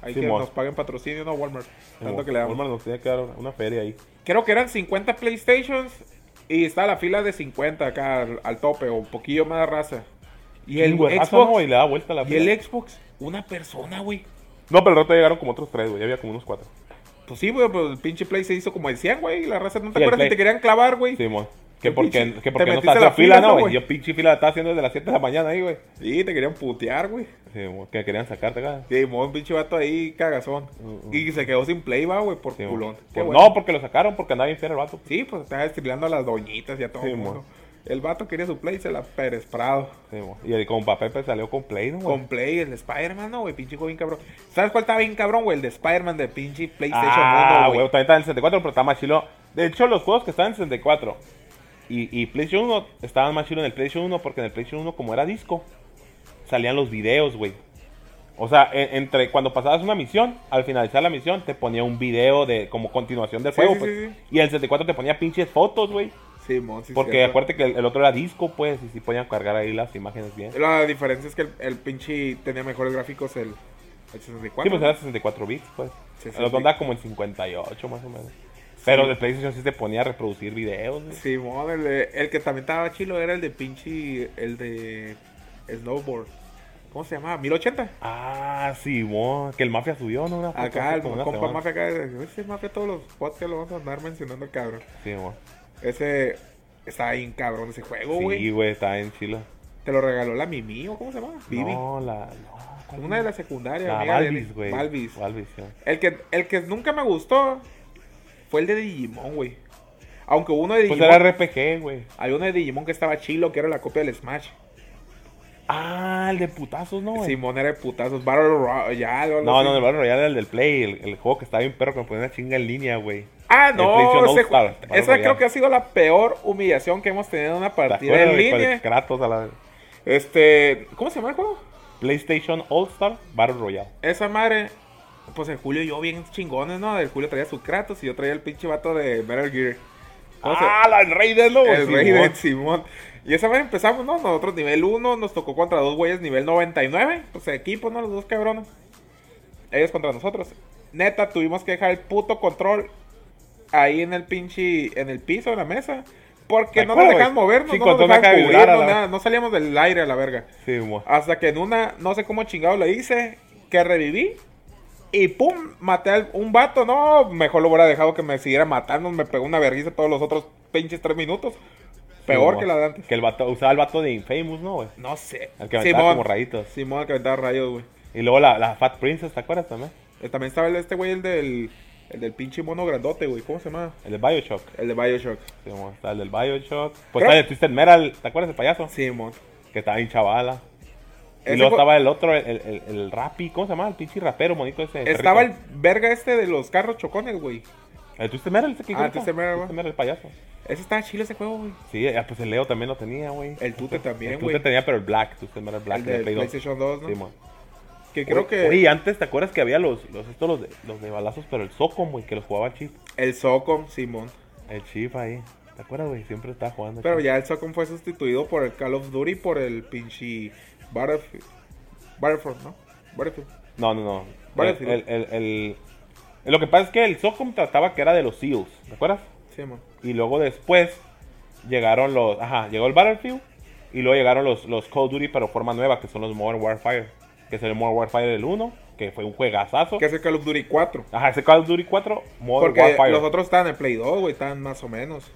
[SPEAKER 1] Ahí que
[SPEAKER 2] Simón.
[SPEAKER 1] nos paguen patrocinio, no Walmart.
[SPEAKER 2] En
[SPEAKER 1] Tanto
[SPEAKER 2] Wal-
[SPEAKER 1] que le damos.
[SPEAKER 2] Walmart nos tenía que dar una feria ahí.
[SPEAKER 1] Creo que eran 50 PlayStations y está la fila de 50 acá al, al tope o un poquillo más de raza. Y el
[SPEAKER 2] Chingo de raza,
[SPEAKER 1] Xbox,
[SPEAKER 2] no, y le da vuelta a la
[SPEAKER 1] y
[SPEAKER 2] fila.
[SPEAKER 1] el Xbox, una persona, güey.
[SPEAKER 2] No, pero no te llegaron como otros tres, güey. Había como unos cuatro.
[SPEAKER 1] Pues sí, güey, pero el pinche Play se hizo como decían, güey. y La raza, ¿no te
[SPEAKER 2] Y el
[SPEAKER 1] acuerdas
[SPEAKER 2] Play.
[SPEAKER 1] que te querían clavar, güey?
[SPEAKER 2] Simón. Que
[SPEAKER 1] Qué
[SPEAKER 2] porque,
[SPEAKER 1] pinche-
[SPEAKER 2] que
[SPEAKER 1] te
[SPEAKER 2] porque no
[SPEAKER 1] metiste a
[SPEAKER 2] estás
[SPEAKER 1] la
[SPEAKER 2] la fila,
[SPEAKER 1] fila,
[SPEAKER 2] no, güey.
[SPEAKER 1] güey.
[SPEAKER 2] Yo pinche fila la estaba haciendo desde las 7 de la mañana ahí, güey.
[SPEAKER 1] Sí, te querían putear, güey.
[SPEAKER 2] Simón, que querían sacarte acá.
[SPEAKER 1] Simón, pinche vato ahí, cagazón.
[SPEAKER 2] Mm,
[SPEAKER 1] Y se quedó sin Play, va, güey, por
[SPEAKER 2] Simón.
[SPEAKER 1] culón. Qué
[SPEAKER 2] Por-
[SPEAKER 1] bueno.
[SPEAKER 2] No, porque lo sacaron porque andaba bien fiel el vato.
[SPEAKER 1] Sí, pues estaba estilando a las doñitas y a todo el
[SPEAKER 2] Simón.
[SPEAKER 1] mundo. El vato quería su Play y se la peresprado.
[SPEAKER 2] Simón. Y el compa Pepe salió con Play, ¿no, güey?
[SPEAKER 1] Con Play, el de Spider-Man, no, güey, pinche juego bien cabrón. ¿Sabes cuál estaba bien cabrón, güey? El de Spider-Man de pinche PlayStation
[SPEAKER 2] Ah,
[SPEAKER 1] 1,
[SPEAKER 2] güey,
[SPEAKER 1] güey.
[SPEAKER 2] también está en el 64, pero está más chilo. De hecho, los juegos que estaban en 64 y, y PlayStation 1 estaban más chilo en el PlayStation 1 porque en el PlayStation 1, como era disco, salían los videos, güey. O sea, en- entre cuando pasabas una misión, al finalizar la misión, te ponía un video de como continuación del
[SPEAKER 1] Sí,
[SPEAKER 2] juego,
[SPEAKER 1] sí,
[SPEAKER 2] pues.
[SPEAKER 1] sí, sí.
[SPEAKER 2] Y en el 64 te ponía pinches fotos, güey.
[SPEAKER 1] Simón, sí,
[SPEAKER 2] Porque
[SPEAKER 1] cierto.
[SPEAKER 2] acuérdate que el, el otro era disco, pues, y sí podían cargar ahí las imágenes bien.
[SPEAKER 1] La diferencia es que el, el pinche tenía mejores gráficos el, el 64.
[SPEAKER 2] Sí, pues era
[SPEAKER 1] ¿no?
[SPEAKER 2] 64 bits, pues.
[SPEAKER 1] Sí, sí,
[SPEAKER 2] El otro
[SPEAKER 1] sí.
[SPEAKER 2] andaba como en 58, más o menos. Pero
[SPEAKER 1] Sí.
[SPEAKER 2] el PlayStation sí te ponía a reproducir videos, güey.
[SPEAKER 1] Simón, el, de- el que también estaba chilo era el de pinche. El de. Snowboard. ¿Cómo se llamaba? 1080.
[SPEAKER 2] Ah, Simón, que el Mafia subió, ¿no? Una foto
[SPEAKER 1] Acá,
[SPEAKER 2] hace
[SPEAKER 1] el
[SPEAKER 2] Ah, como una
[SPEAKER 1] compa
[SPEAKER 2] semana.
[SPEAKER 1] mafia acá. Ese mafia, todos los podcasts lo vamos a andar mencionando, cabrón.
[SPEAKER 2] Simón.
[SPEAKER 1] Ese. Está bien cabrón ese juego, güey.
[SPEAKER 2] Sí, güey, está en Chile.
[SPEAKER 1] Te lo regaló la Mimi o cómo se llama? Vivi.
[SPEAKER 2] No, la... No, ¿cuál
[SPEAKER 1] Una de
[SPEAKER 2] es?
[SPEAKER 1] las secundarias.
[SPEAKER 2] La
[SPEAKER 1] amiga de-
[SPEAKER 2] Balvis, güey.
[SPEAKER 1] Balvis.
[SPEAKER 2] Balvis, sí.
[SPEAKER 1] El que, el que nunca me gustó fue el de Digimon, güey. Aunque uno de
[SPEAKER 2] Pues
[SPEAKER 1] Digimon.
[SPEAKER 2] era RPG, güey.
[SPEAKER 1] Había uno de Digimon que estaba chilo, que era la copia del Smash.
[SPEAKER 2] Ah, el de putazos, ¿no, güey?
[SPEAKER 1] Simón era de putazos. Battle Royale. ya, algo
[SPEAKER 2] No,
[SPEAKER 1] así.
[SPEAKER 2] no, el Battle Royale era el del Play, el, el juego que estaba bien perro que me ponía una chinga en línea, güey.
[SPEAKER 1] Ah,
[SPEAKER 2] el
[SPEAKER 1] no.
[SPEAKER 2] PlayStation
[SPEAKER 1] ese
[SPEAKER 2] All-Star,
[SPEAKER 1] ju-
[SPEAKER 2] Battle
[SPEAKER 1] esa creo
[SPEAKER 2] Royale.
[SPEAKER 1] que ha sido la peor humillación que hemos tenido en una
[SPEAKER 2] ¿Te
[SPEAKER 1] partida
[SPEAKER 2] acuerdas,
[SPEAKER 1] en
[SPEAKER 2] güey, con el
[SPEAKER 1] línea.
[SPEAKER 2] Kratos a la...
[SPEAKER 1] Este. ¿Cómo se llama el juego?
[SPEAKER 2] PlayStation All-Star Battle Royale.
[SPEAKER 1] Esa madre. Pues el Julio y yo bien chingones, ¿no? El Julio traía su Kratos y yo traía el pinche vato de Metal Gear. ¿Cómo se-
[SPEAKER 2] Ah, la, el rey de lobo.
[SPEAKER 1] El rey
[SPEAKER 2] Simón.
[SPEAKER 1] de Simón. Y esa vez empezamos, ¿no? Nosotros nivel 1, nos tocó contra dos güeyes nivel 99. Pues equipo, ¿no? Los dos cabrones. Ellos contra nosotros. Neta, tuvimos que dejar el puto control ahí en el pinche, en el piso, en la mesa. Porque
[SPEAKER 2] ¿Te
[SPEAKER 1] no nos
[SPEAKER 2] acuerdas?
[SPEAKER 1] dejaban movernos,
[SPEAKER 2] Sí,
[SPEAKER 1] no nos
[SPEAKER 2] cuando una
[SPEAKER 1] dejaban
[SPEAKER 2] cae
[SPEAKER 1] cubrirnos,
[SPEAKER 2] vibrar a la-
[SPEAKER 1] nada. No salíamos del aire a la verga.
[SPEAKER 2] Simón.
[SPEAKER 1] Hasta que en una, no sé cómo chingado le hice, que reviví. Y pum, maté a un vato, no, mejor lo hubiera dejado que me siguiera matando, me pegó una vergüenza todos los otros pinches tres minutos. Peor
[SPEAKER 2] Simón.
[SPEAKER 1] que la de antes.
[SPEAKER 2] Que el vato, usaba el vato de Infamous, ¿no, güey?
[SPEAKER 1] No sé.
[SPEAKER 2] Al que aventaba como rayitos.
[SPEAKER 1] Simón, al que aventaba rayos, güey.
[SPEAKER 2] Y luego la, la Fat Princess, ¿te acuerdas también?
[SPEAKER 1] Eh, También estaba el de este güey, el del, el del pinche mono grandote, güey. ¿Cómo se llama?
[SPEAKER 2] El del Bioshock.
[SPEAKER 1] El de Bioshock.
[SPEAKER 2] Simón, está el del Bioshock.
[SPEAKER 1] Creo-
[SPEAKER 2] Pues está el de Twisted Metal, ¿te acuerdas del payaso?
[SPEAKER 1] Simón.
[SPEAKER 2] Que estaba bien chavala. Y
[SPEAKER 1] Ese
[SPEAKER 2] luego
[SPEAKER 1] fue-
[SPEAKER 2] estaba el otro, el, el, el, el Rappi, ¿cómo se llama? El pinche rapero bonito ese.
[SPEAKER 1] Estaba el
[SPEAKER 2] perrito.
[SPEAKER 1] verga este de los carros chocones, güey.
[SPEAKER 2] El Twisted Metal, ese que
[SPEAKER 1] Ah,
[SPEAKER 2] grita.
[SPEAKER 1] el Twisted Metal, güey.
[SPEAKER 2] Twisted Metal, el payaso.
[SPEAKER 1] Ese estaba chido ese juego, güey.
[SPEAKER 2] Sí, ah, pues el Leo también lo tenía, güey.
[SPEAKER 1] El Tute también,
[SPEAKER 2] El
[SPEAKER 1] güey.
[SPEAKER 2] Twisted tenía, pero el Black, Twisted Metal Black.
[SPEAKER 1] El
[SPEAKER 2] de
[SPEAKER 1] de
[SPEAKER 2] Play dos.
[SPEAKER 1] PlayStation 2, ¿no?
[SPEAKER 2] Simón.
[SPEAKER 1] Que creo
[SPEAKER 2] Oye,
[SPEAKER 1] que...
[SPEAKER 2] Oye, antes te acuerdas que había los, los, estos, los, de, los de balazos, pero el Socom, güey, que los jugaba Chip.
[SPEAKER 1] El Socom, Simón.
[SPEAKER 2] El Chip ahí. ¿Te acuerdas, güey? Siempre estaba jugando.
[SPEAKER 1] Pero
[SPEAKER 2] Chip.
[SPEAKER 1] ya el Socom fue sustituido por el Call of Duty por el pinche Battlefield. Battlefront, ¿no? Battlefield.
[SPEAKER 2] No, no, no.
[SPEAKER 1] Vale,
[SPEAKER 2] el, el, el, el- Lo que pasa es que el Socom trataba que era de los SEALs, ¿te acuerdas?
[SPEAKER 1] Sí, man.
[SPEAKER 2] Y luego después llegaron los. Ajá, llegó el Battlefield. Y luego llegaron los, los Call of Duty, pero forma nueva, que son los Modern Warfare. Que es el Modern Warfare del 1, que fue un juegazazo.
[SPEAKER 1] Que es el Call of Duty 4.
[SPEAKER 2] Ajá, ese Call of Duty 4, Modern
[SPEAKER 1] Porque
[SPEAKER 2] Warfare.
[SPEAKER 1] los otros estaban en Play 2, güey, estaban más o menos.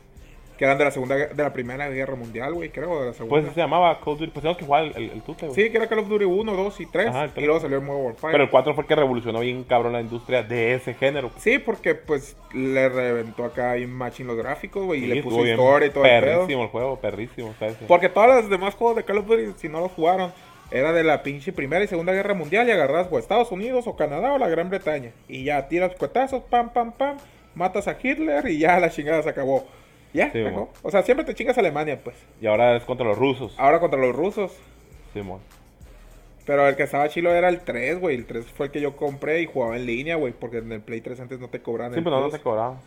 [SPEAKER 1] Que eran de la segunda gue- de la primera guerra mundial, güey, creo, o de la
[SPEAKER 2] Pues
[SPEAKER 1] segunda.
[SPEAKER 2] se llamaba Call of Duty. Pues tenemos que jugar el, el, el Tute, güey.
[SPEAKER 1] sí, que era Call of Duty 1, 2 y 3.
[SPEAKER 2] Ajá, el
[SPEAKER 1] y
[SPEAKER 2] tres.
[SPEAKER 1] luego salió el Modern Warfare.
[SPEAKER 2] Pero el 4 fue el que revolucionó bien cabrón la industria de ese género.
[SPEAKER 1] Sí, porque pues le reventó acá bien machín los gráficos, güey, y
[SPEAKER 2] Sí,
[SPEAKER 1] le
[SPEAKER 2] estuvo
[SPEAKER 1] puso
[SPEAKER 2] bien
[SPEAKER 1] historia y todo el pedo.
[SPEAKER 2] Perrísimo el juego, perrísimo. ¿sabes?
[SPEAKER 1] Porque todos los demás juegos de Call of Duty, si no los jugaron, era de la pinche Primera y Segunda Guerra Mundial y agarras o Estados Unidos o Canadá o la Gran Bretaña. Y ya tiras cuetazos, pam, pam, pam, matas a Hitler y ya la chingada se acabó. Ya,
[SPEAKER 2] Sí,
[SPEAKER 1] se acabó.
[SPEAKER 2] mo.
[SPEAKER 1] O sea, siempre te chingas a Alemania, pues.
[SPEAKER 2] Y ahora es contra los rusos.
[SPEAKER 1] Ahora contra los rusos.
[SPEAKER 2] Simón.
[SPEAKER 1] Pero el que estaba chilo era el 3, güey. El 3 fue el que yo compré y jugaba en línea, güey. Porque en el Play 3 antes no te cobraban.
[SPEAKER 2] Sí,
[SPEAKER 1] el
[SPEAKER 2] pero no, no
[SPEAKER 1] plus.
[SPEAKER 2] se cobraba.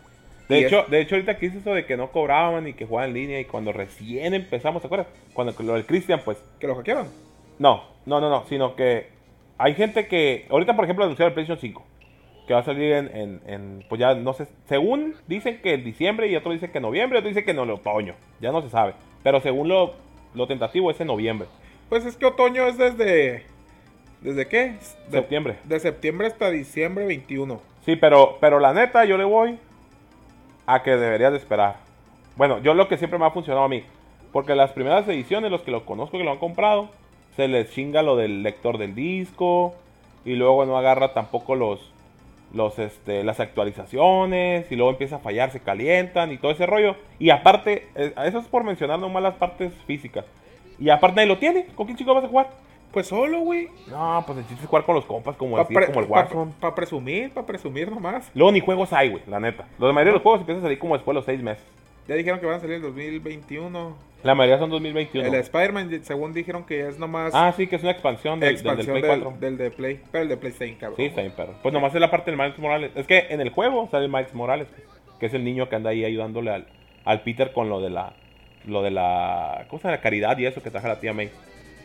[SPEAKER 2] De
[SPEAKER 1] Y
[SPEAKER 2] hecho, de hecho, ahorita que hice eso de que no cobraban y que jugaban en línea y cuando recién empezamos, ¿te acuerdas? Cuando lo del Cristian, pues.
[SPEAKER 1] Que lo hackearon.
[SPEAKER 2] No, no, no, no, sino que hay gente que, ahorita por ejemplo anunciaron el PlayStation 5, que va a salir en, en- en, pues ya no sé, según dicen que en diciembre y otros dicen que en noviembre, otros dicen que en el otoño, ya no se sabe, pero según lo, lo tentativo es en noviembre,
[SPEAKER 1] Pues es que otoño es desde. ¿Desde qué? De-
[SPEAKER 2] septiembre.
[SPEAKER 1] De septiembre hasta diciembre 21.
[SPEAKER 2] Sí, pero, pero la neta yo le voy a que deberías de esperar. Bueno, yo lo que siempre me ha funcionado a mí, porque las primeras ediciones, los que lo conozco que lo han comprado, se les chinga lo del lector del disco y luego no agarra tampoco los, los este, las actualizaciones y luego empieza a fallar, se calientan y todo ese rollo. Y aparte, eh, eso es por mencionar nomás las partes físicas. Y aparte nadie lo tiene, ¿con quién chico vas a jugar?
[SPEAKER 1] Pues solo, güey.
[SPEAKER 2] No, pues el chiste es jugar con los compas como,
[SPEAKER 1] Para
[SPEAKER 2] así, como el Warzone.
[SPEAKER 1] presumir, para presumir nomás.
[SPEAKER 2] Luego ni juegos hay, güey, la neta. La mayoría de los juegos empiezan a salir como después de los seis meses.
[SPEAKER 1] Ya dijeron que van a salir el 2021.
[SPEAKER 2] La mayoría son 2021.
[SPEAKER 1] El Spider-Man, según dijeron que es nomás
[SPEAKER 2] Ah, sí, que es una expansión del, del- del
[SPEAKER 1] expansión
[SPEAKER 2] Play
[SPEAKER 1] del,
[SPEAKER 2] 4.
[SPEAKER 1] del de Play. Pero el de Play está bien cabrón.
[SPEAKER 2] Sí, está bien, perro. Pues nomás es la parte del Miles Morales. Es que en el juego sale Miles Morales, pues, que es el niño que anda ahí ayudándole al, al Peter con lo de la. Lo de la. ¿Cómo se llama? La caridad y eso que traje la tía May.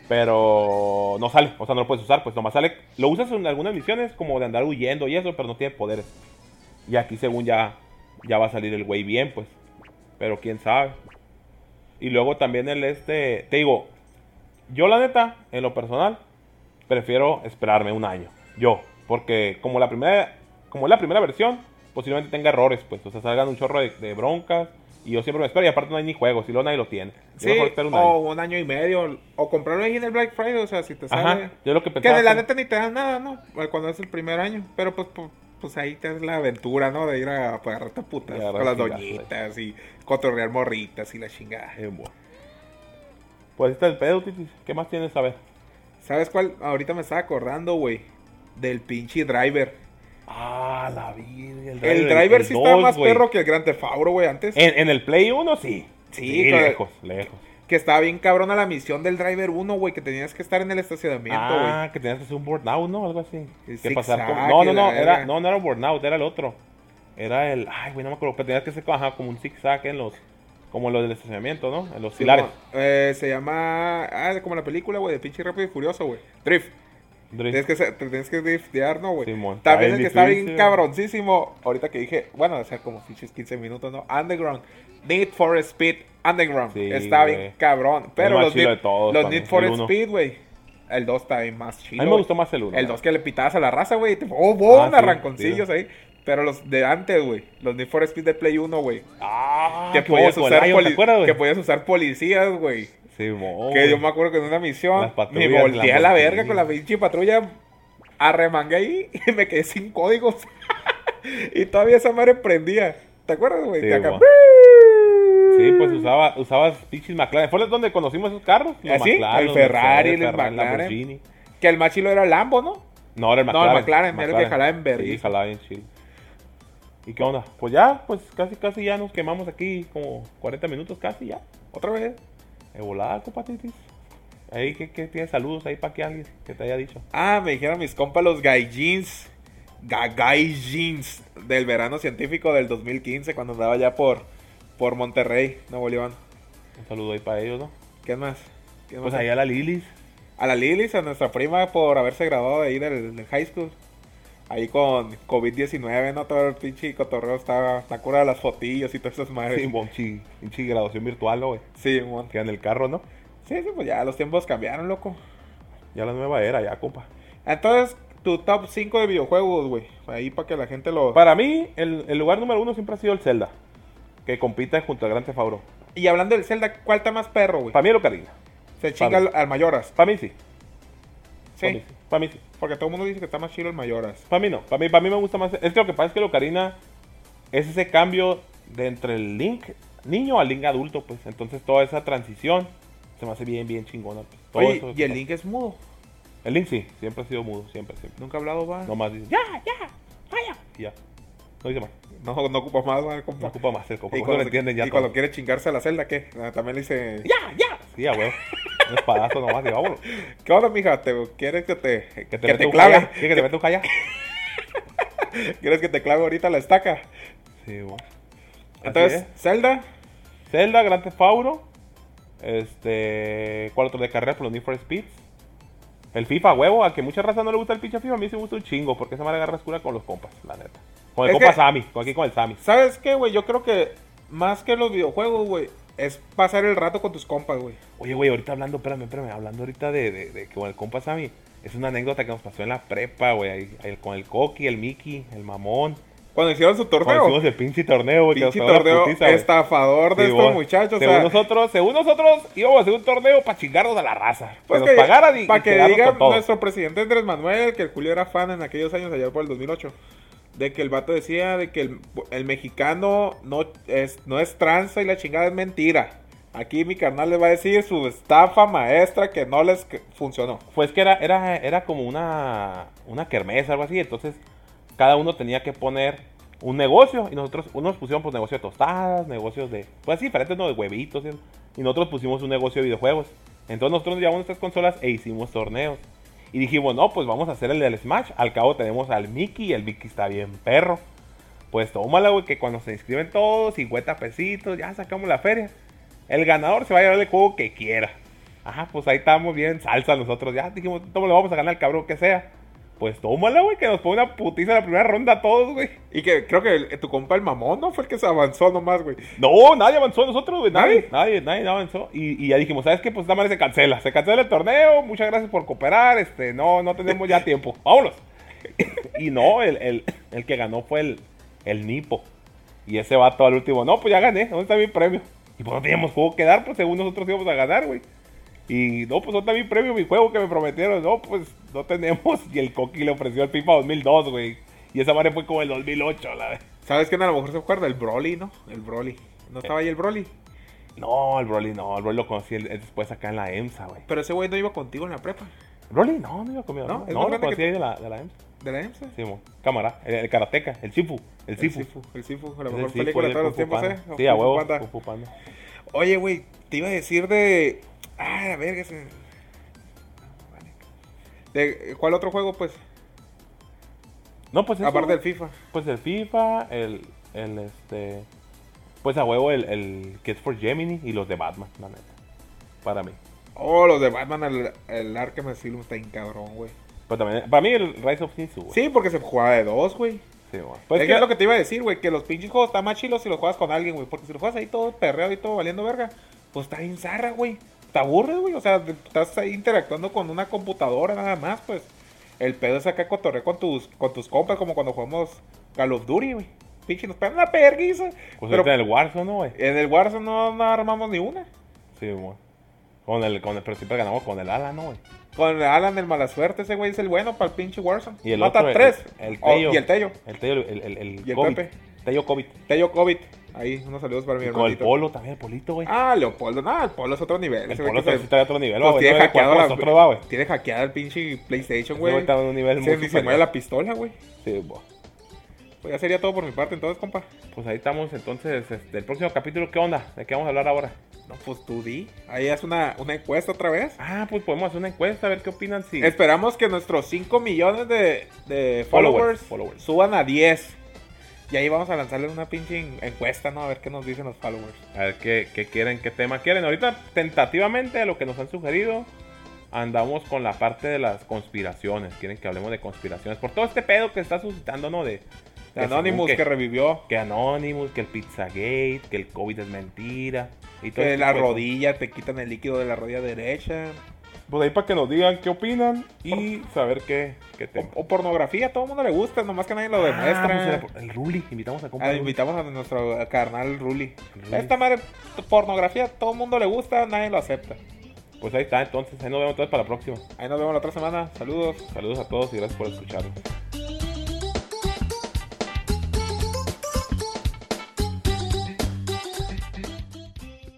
[SPEAKER 2] Pero no sale, o sea, no lo puedes usar, pues nomás sale. Lo usas en algunas misiones como de andar huyendo y eso, pero no tiene poderes. Y aquí, según ya, ya va a salir el güey bien, pues. Pero quién sabe. Y luego también el este. Te digo, yo la neta, en lo personal, prefiero esperarme un año. Yo, porque como la primera, como es la primera versión, posiblemente tenga errores, pues, o sea, salgan un chorro de, de broncas. Y yo siempre me espero, y aparte no hay ni juegos, y luego nadie lo tiene. Yo
[SPEAKER 1] Sí, oh,
[SPEAKER 2] mejor espero un año.
[SPEAKER 1] o un año y medio. O comprarlo ahí en el Black Friday, o sea, si te sale.
[SPEAKER 2] Ajá, yo lo que
[SPEAKER 1] Que
[SPEAKER 2] pensaba.
[SPEAKER 1] de la
[SPEAKER 2] fue-
[SPEAKER 1] neta ni te dan nada, ¿no? Cuando es el primer año. Pero pues, pu- pues ahí te es la aventura, ¿no? De ir a pues, agarrarte a putas
[SPEAKER 2] Y agarrar
[SPEAKER 1] con las
[SPEAKER 2] chingazos, güey.
[SPEAKER 1] doñitas y cotorrear morritas y la chingada.
[SPEAKER 2] Eh, bueno. Pues ahí está el pedo, Titis. ¿Qué más tienes a ver?
[SPEAKER 1] ¿Sabes cuál? Ahorita me estaba acordando, güey. Del pinche driver.
[SPEAKER 2] Ah, la vida.
[SPEAKER 1] El driver, sí estaba más perro que el Gran Tefauro, güey, antes.
[SPEAKER 2] En, en el Play 1, sí.
[SPEAKER 1] Sí, claro.
[SPEAKER 2] lejos, lejos.
[SPEAKER 1] Que estaba bien cabrona la misión del driver 1, güey. Que tenías que estar en el estacionamiento, güey.
[SPEAKER 2] ah, que tenías que hacer un burnout, ¿no? Algo así.
[SPEAKER 1] El
[SPEAKER 2] Que pasar
[SPEAKER 1] zigzag
[SPEAKER 2] como- No,
[SPEAKER 1] y
[SPEAKER 2] no,
[SPEAKER 1] la
[SPEAKER 2] no,
[SPEAKER 1] verga.
[SPEAKER 2] era, no, no era un burnout, era el otro. Era el. Ay, güey, no me acuerdo. Pero tenías que hacer ajá, como un zigzag en los. Como los del estacionamiento, ¿no? En los
[SPEAKER 1] Sí,
[SPEAKER 2] pilares.
[SPEAKER 1] como- eh, se llama. Ah, como la película, güey, de pinche rápido y furioso, güey. Drift.
[SPEAKER 2] Drift.
[SPEAKER 1] Tienes que, ser- te tienes que driftear, ¿no, güey?
[SPEAKER 2] Simón.
[SPEAKER 1] También
[SPEAKER 2] Está
[SPEAKER 1] el
[SPEAKER 2] bien
[SPEAKER 1] que está bien
[SPEAKER 2] difícil.
[SPEAKER 1] cabroncísimo. Ahorita que dije, bueno, o sea, como pinches 15 minutos, ¿no? Underground. Need for Speed Underground.
[SPEAKER 2] Sí,
[SPEAKER 1] está bien
[SPEAKER 2] güey.
[SPEAKER 1] cabrón. Pero
[SPEAKER 2] más
[SPEAKER 1] los,
[SPEAKER 2] chido
[SPEAKER 1] Need,
[SPEAKER 2] de todos
[SPEAKER 1] los
[SPEAKER 2] para mí,
[SPEAKER 1] Need for
[SPEAKER 2] el uno.
[SPEAKER 1] Speed, güey. El 2 está bien más
[SPEAKER 2] A
[SPEAKER 1] chido.
[SPEAKER 2] mí me
[SPEAKER 1] güey.
[SPEAKER 2] gustó más el 1.
[SPEAKER 1] El 2 que le pitabas a la raza, güey. y te- Oh, bon,
[SPEAKER 2] Ah, sí,
[SPEAKER 1] arranconcillos
[SPEAKER 2] sí.
[SPEAKER 1] ahí. Pero los de antes, güey. Los Need for Speed de Play 1, güey.
[SPEAKER 2] Ah,
[SPEAKER 1] que,
[SPEAKER 2] que
[SPEAKER 1] podías
[SPEAKER 2] voy a
[SPEAKER 1] usar
[SPEAKER 2] colar, ¿te
[SPEAKER 1] poli-
[SPEAKER 2] acuerdas, güey?
[SPEAKER 1] que podías usar policías, güey.
[SPEAKER 2] Simón,
[SPEAKER 1] Que yo
[SPEAKER 2] güey.
[SPEAKER 1] me acuerdo que en una misión
[SPEAKER 2] Las
[SPEAKER 1] me
[SPEAKER 2] patrullas,
[SPEAKER 1] volteé
[SPEAKER 2] la
[SPEAKER 1] a la
[SPEAKER 2] patrulla.
[SPEAKER 1] verga con la pinche patrulla, arremangué ahí [LAUGHS] y me quedé sin códigos. [LAUGHS] y todavía esa madre prendía. ¿Te acuerdas, güey?
[SPEAKER 2] Sí,
[SPEAKER 1] Que acá-
[SPEAKER 2] güey. Sí, pues usaba, usabas pinches McLaren. Fue donde conocimos esos carros.
[SPEAKER 1] ¿Ah, sí? El Ferrari, el McLaren.
[SPEAKER 2] Lamborghini.
[SPEAKER 1] Que el machilo era Lambo, ¿no?
[SPEAKER 2] No, era el
[SPEAKER 1] No, el
[SPEAKER 2] McLaren.
[SPEAKER 1] McLaren, era el que jalaba en verga.
[SPEAKER 2] Sí, jalaba en Chile. ¿Y qué onda? Pues ya, pues casi, casi ya nos quemamos aquí como 40 minutos casi ya.
[SPEAKER 1] Otra vez.
[SPEAKER 2] De volada, compatitis. Ahí, ¿qué, qué tienes saludos ahí para que alguien que te haya dicho?
[SPEAKER 1] Ah, me dijeron mis compas los Guy Jeans. Ga- Guy Jeans. Del verano científico del 2015, cuando andaba ya por, por Monterrey, Nuevo León.
[SPEAKER 2] Un saludo ahí para ellos, ¿no?
[SPEAKER 1] ¿Qué más? ¿Qué
[SPEAKER 2] Pues
[SPEAKER 1] más?
[SPEAKER 2] ahí a la Lilis.
[SPEAKER 1] A la Lilis, a nuestra prima, por haberse graduado de ahí del, del high school. Ahí con COVID-19, ¿no? Todo el pinche cotorreo está la cura de las fotillos y todas esas madres.
[SPEAKER 2] Sí,
[SPEAKER 1] Sí,
[SPEAKER 2] un chi, un chi graduación virtual, ¿no, güey.
[SPEAKER 1] mon.
[SPEAKER 2] Queda en el carro, ¿no?
[SPEAKER 1] Sí, sí, pues ya los tiempos cambiaron, loco.
[SPEAKER 2] Ya la nueva era, ya, compa.
[SPEAKER 1] Entonces, tu top 5 de videojuegos, güey. Ahí para que la gente lo...
[SPEAKER 2] Para mí, el, el lugar número uno siempre ha sido el Zelda. Que compita junto al Gran Tefauro.
[SPEAKER 1] Y hablando del Zelda, ¿cuál está más perro, güey?
[SPEAKER 2] Para mí, el Ocarina.
[SPEAKER 1] Se chinga
[SPEAKER 2] mí.
[SPEAKER 1] al, al Mayoras.
[SPEAKER 2] Para mí, sí. Para
[SPEAKER 1] Sí,
[SPEAKER 2] mí, sí. Para mí, sí.
[SPEAKER 1] porque todo el mundo dice que está más chido el Mayoras.
[SPEAKER 2] Para mí no, para mí, para mí me gusta más. Es que lo que pasa es que el Ocarina es ese cambio de entre el Link niño al Link adulto, pues. Entonces toda esa transición se me hace bien, bien chingona. pues. Todo
[SPEAKER 1] Oye,
[SPEAKER 2] eso-
[SPEAKER 1] y el Link es mudo.
[SPEAKER 2] El Link sí, siempre ha sido mudo, siempre, siempre.
[SPEAKER 1] Nunca ha hablado, va.
[SPEAKER 2] Nomás dice, ya, ya, vaya. Y ya. No dice más.
[SPEAKER 1] No, no ocupas más, va, compa.
[SPEAKER 2] No ocupa más el copo.
[SPEAKER 1] Y
[SPEAKER 2] No lo
[SPEAKER 1] cuando,
[SPEAKER 2] entienden ya.
[SPEAKER 1] y cuando
[SPEAKER 2] todo.
[SPEAKER 1] quiere chingarse a la celda, ¿qué? Ah, También le dice,
[SPEAKER 2] Ya, ya. Sí, ya, huevo. Un espadazo nomás y
[SPEAKER 1] [LAUGHS]
[SPEAKER 2] vámonos.
[SPEAKER 1] ¿qué onda, mija? ¿Te, ¿Quieres que te, que te,
[SPEAKER 2] meta un
[SPEAKER 1] clave?
[SPEAKER 2] jaya,
[SPEAKER 1] [LAUGHS]
[SPEAKER 2] ¿Quieres que te meta un calla?
[SPEAKER 1] ¿Quieres que te clave ahorita la estaca?
[SPEAKER 2] Sí, bueno.
[SPEAKER 1] Entonces, Zelda,
[SPEAKER 2] Zelda, Grand Theft Auto, este, cuatro de carrera por los Need for Speeds. El FIFA, huevo, a que mucha raza no le gusta el pinche FIFA, a mí sí me gusta un chingo, porque esa madre agarra escura con los compas, la neta. Con el
[SPEAKER 1] Es
[SPEAKER 2] compa
[SPEAKER 1] que-
[SPEAKER 2] Sammy, con aquí con el Sammy.
[SPEAKER 1] ¿sabes qué, güey? Yo creo que más que los videojuegos, güey, es pasar el rato con tus compas, güey.
[SPEAKER 2] Oye, güey, ahorita hablando, espérame, espérame, hablando ahorita de, de, de que con el compa Sammy, es una anécdota que nos pasó en la prepa, güey, ahí- ahí con el Coqui, el Mickey, el Mamón.
[SPEAKER 1] Cuando hicieron su
[SPEAKER 2] Cuando
[SPEAKER 1] torneo,
[SPEAKER 2] hicimos el pinche torneo, güey, que nos
[SPEAKER 1] pinche
[SPEAKER 2] pegó la
[SPEAKER 1] torneo
[SPEAKER 2] putiza, güey.
[SPEAKER 1] estafador de
[SPEAKER 2] Sí,
[SPEAKER 1] estos
[SPEAKER 2] vos.
[SPEAKER 1] muchachos. o
[SPEAKER 2] Según
[SPEAKER 1] sea,
[SPEAKER 2] nosotros, según nosotros, íbamos a hacer un torneo para chingarnos a la raza.
[SPEAKER 1] pues
[SPEAKER 2] que nos pagaran y,
[SPEAKER 1] para
[SPEAKER 2] y
[SPEAKER 1] que
[SPEAKER 2] quedarnos
[SPEAKER 1] diga
[SPEAKER 2] con todo.
[SPEAKER 1] nuestro presidente Andrés Manuel, que el Julio era fan en aquellos años, allá por el 2008, de que el vato decía de que el, el mexicano no es, no es tranza y la chingada es mentira. Aquí mi carnal les va a decir su estafa maestra que no les que- funcionó.
[SPEAKER 2] Pues que era, era, era como una, una kermés, algo así. Entonces, cada uno tenía que poner un negocio. Y nosotros, unos pusieron pues negocio de tostadas, negocios de. Pues así, diferentes, ¿no? De huevitos. Y, eso. y nosotros pusimos un negocio de videojuegos. Entonces, nosotros nos llevamos nuestras consolas e hicimos torneos. Y dijimos, no, pues vamos a hacer el del Smash. Al cabo tenemos al Mickey y el Mickey está bien perro. Pues tómala, güey, que cuando se inscriben todos, 50 pesitos, ya sacamos la feria. El ganador se va a llevar el juego que quiera. Ajá, pues ahí estamos bien salsa nosotros. Ya dijimos, ¿cómo le vamos a ganar al cabrón que sea? Pues tómala, güey, que nos pone una putiza en la primera ronda a todos, güey.
[SPEAKER 1] Y que creo que el- tu compa el mamón, ¿no? Fue el que se avanzó nomás, güey.
[SPEAKER 2] No, nadie avanzó nosotros, güey.
[SPEAKER 1] ¿Nadie?
[SPEAKER 2] Nadie, nadie, nadie avanzó. Y, y ya dijimos, ¿sabes qué? Pues esta madre se cancela. Se cancela el torneo. Muchas gracias por cooperar. Este, no, no tenemos ya tiempo. Vámonos. [LAUGHS] y no, el, el- el que ganó fue el, el Nipo. Y ese vato al último, no, pues ya gané. ¿Dónde está mi premio? Y pues no teníamos juego que dar, pues según nosotros íbamos a ganar, güey. Y no, pues ¿dónde está mi premio, mi juego que me prometieron? No, pues no tenemos. [LAUGHS] Y el Coqui le ofreció el FIFA 2002, güey. Y esa madre fue como el 2008, la vez.
[SPEAKER 1] ¿Sabes quién a lo mejor se acuerda? El Broly, ¿no? El Broly. No estaba ahí el Broly.
[SPEAKER 2] No, el Broly no, el Broly lo conocí el- el después acá en la EMSA, güey.
[SPEAKER 1] Pero ese güey no iba contigo en la prepa.
[SPEAKER 2] Broly no, no iba conmigo.
[SPEAKER 1] No,
[SPEAKER 2] No,
[SPEAKER 1] es
[SPEAKER 2] no,
[SPEAKER 1] más
[SPEAKER 2] lo
[SPEAKER 1] grande
[SPEAKER 2] conocí
[SPEAKER 1] que
[SPEAKER 2] ahí de la, de la EMSA.
[SPEAKER 1] ¿De la EMSA?
[SPEAKER 2] Sí, mo. cámara, el, el karateca, el Sifu, el Sifu.
[SPEAKER 1] El Sifu. El Sifu. La
[SPEAKER 2] Es el
[SPEAKER 1] mejor
[SPEAKER 2] Sifu,
[SPEAKER 1] película de
[SPEAKER 2] el
[SPEAKER 1] todos los
[SPEAKER 2] Kung Fu
[SPEAKER 1] tiempos, ¿eh?
[SPEAKER 2] Panda. Sí, a
[SPEAKER 1] Kung Fu
[SPEAKER 2] huevo,
[SPEAKER 1] Panda.
[SPEAKER 2] Kung Fu Panda.
[SPEAKER 1] Oye, güey, te iba a decir de. Ah, la verga. se- Vale. ¿De cuál otro juego, pues?
[SPEAKER 2] No, pues eso,
[SPEAKER 1] Aparte
[SPEAKER 2] güey.
[SPEAKER 1] del FIFA.
[SPEAKER 2] Pues el FIFA, el, el este... Pues a huevo el, el que es for Gemini y los de Batman, la neta. Para mí.
[SPEAKER 1] Oh, los de Batman, el, el Arkham Asylum está en cabrón, güey.
[SPEAKER 2] Pero también, para mí el Rise of Sisu, güey.
[SPEAKER 1] Sí, porque se jugaba de dos, güey.
[SPEAKER 2] Sí, mo. Pues
[SPEAKER 1] es
[SPEAKER 2] que-
[SPEAKER 1] que es lo que te iba a decir, güey, que los pinches juegos están más chilos si los juegas con alguien, güey. Porque si los juegas ahí todo perreado y todo valiendo verga, pues está bien zarra, güey. Te aburres, güey. O sea, te- estás ahí interactuando con una computadora nada más, pues. El pedo es acá cotorrear con tus, con tus compas, como cuando jugamos Call of Duty, güey. Pinche, nos pegan una perguiza.
[SPEAKER 2] Pues
[SPEAKER 1] pero
[SPEAKER 2] ahorita en el Warzone, ¿no, güey?
[SPEAKER 1] en el Warzone no, no armamos ni una.
[SPEAKER 2] Sí, mo. Con el, con el, pero siempre ganamos con el ala, ¿no, güey?
[SPEAKER 1] Con el Alan, el mala suerte, ese güey es el bueno para el pinche Warzone.
[SPEAKER 2] Y el
[SPEAKER 1] Mata
[SPEAKER 2] otro, el-
[SPEAKER 1] tres.
[SPEAKER 2] el- el
[SPEAKER 1] Oh,
[SPEAKER 2] Tello.
[SPEAKER 1] y el Tello.
[SPEAKER 2] El Tello, el, el, el
[SPEAKER 1] Y el
[SPEAKER 2] COVID.
[SPEAKER 1] Pepe.
[SPEAKER 2] Tello COVID.
[SPEAKER 1] Tello COVID. Ahí, unos saludos para mi
[SPEAKER 2] Y con el
[SPEAKER 1] hermanito.
[SPEAKER 2] Polo también, el Polito, güey.
[SPEAKER 1] Ah, Leopoldo, no, el Polo es otro nivel.
[SPEAKER 2] el
[SPEAKER 1] ese güey
[SPEAKER 2] Polo
[SPEAKER 1] que se-
[SPEAKER 2] también está de otro nivel,
[SPEAKER 1] pues,
[SPEAKER 2] güey.
[SPEAKER 1] tiene
[SPEAKER 2] Tiene
[SPEAKER 1] hackeado la-
[SPEAKER 2] nosotros, va, güey.
[SPEAKER 1] Tiene hackeada el pinche PlayStation,
[SPEAKER 2] Ese
[SPEAKER 1] güey.
[SPEAKER 2] güey está en un nivel
[SPEAKER 1] Se,
[SPEAKER 2] muy
[SPEAKER 1] ni se
[SPEAKER 2] superior.
[SPEAKER 1] mueve la pistola, güey.
[SPEAKER 2] Sí, bo.
[SPEAKER 1] Pues ya sería todo por mi parte entonces, compa.
[SPEAKER 2] Pues ahí estamos, entonces, este, el próximo capítulo, ¿qué onda? ¿De qué vamos a hablar ahora?
[SPEAKER 1] No, pues tú di. Ahí haz una, una encuesta otra vez.
[SPEAKER 2] Ah, pues podemos hacer una encuesta, a ver qué opinan si...
[SPEAKER 1] Esperamos que nuestros 5 millones de, de followers,
[SPEAKER 2] Followers, followers.
[SPEAKER 1] suban a 10. Y ahí vamos a lanzarles una pinche en- encuesta, ¿no? A ver qué nos dicen los followers.
[SPEAKER 2] A ver qué, qué quieren, qué tema quieren. Ahorita, tentativamente, lo que nos han sugerido, andamos con la parte de las conspiraciones. Quieren que hablemos de conspiraciones. Por todo este pedo que está suscitando, ¿no? De,
[SPEAKER 1] De
[SPEAKER 2] que según
[SPEAKER 1] Anonymous que,
[SPEAKER 2] que-
[SPEAKER 1] revivió.
[SPEAKER 2] que Anonymous, que el Pizzagate, que el COVID es mentira. Y todo
[SPEAKER 1] Que
[SPEAKER 2] ese
[SPEAKER 1] la
[SPEAKER 2] tipo de
[SPEAKER 1] rodilla, te quitan el líquido de la rodilla derecha.
[SPEAKER 2] cosas. Pues ahí para que nos digan qué opinan y saber qué, qué tema.
[SPEAKER 1] O, o pornografía, a todo el mundo le gusta, nomás que nadie lo
[SPEAKER 2] Ah,
[SPEAKER 1] demuestra.
[SPEAKER 2] pues era por- el Ruli, invitamos a
[SPEAKER 1] Ah,
[SPEAKER 2] comprar.
[SPEAKER 1] invitamos a nuestro carnal Ruli.
[SPEAKER 2] Ruli.
[SPEAKER 1] Esta madre t- pornografía, todo el mundo le gusta, nadie lo acepta.
[SPEAKER 2] Pues ahí está, entonces, ahí nos vemos entonces para la próxima.
[SPEAKER 1] Ahí nos vemos la otra semana. Saludos.
[SPEAKER 2] Saludos a todos y gracias por escucharnos.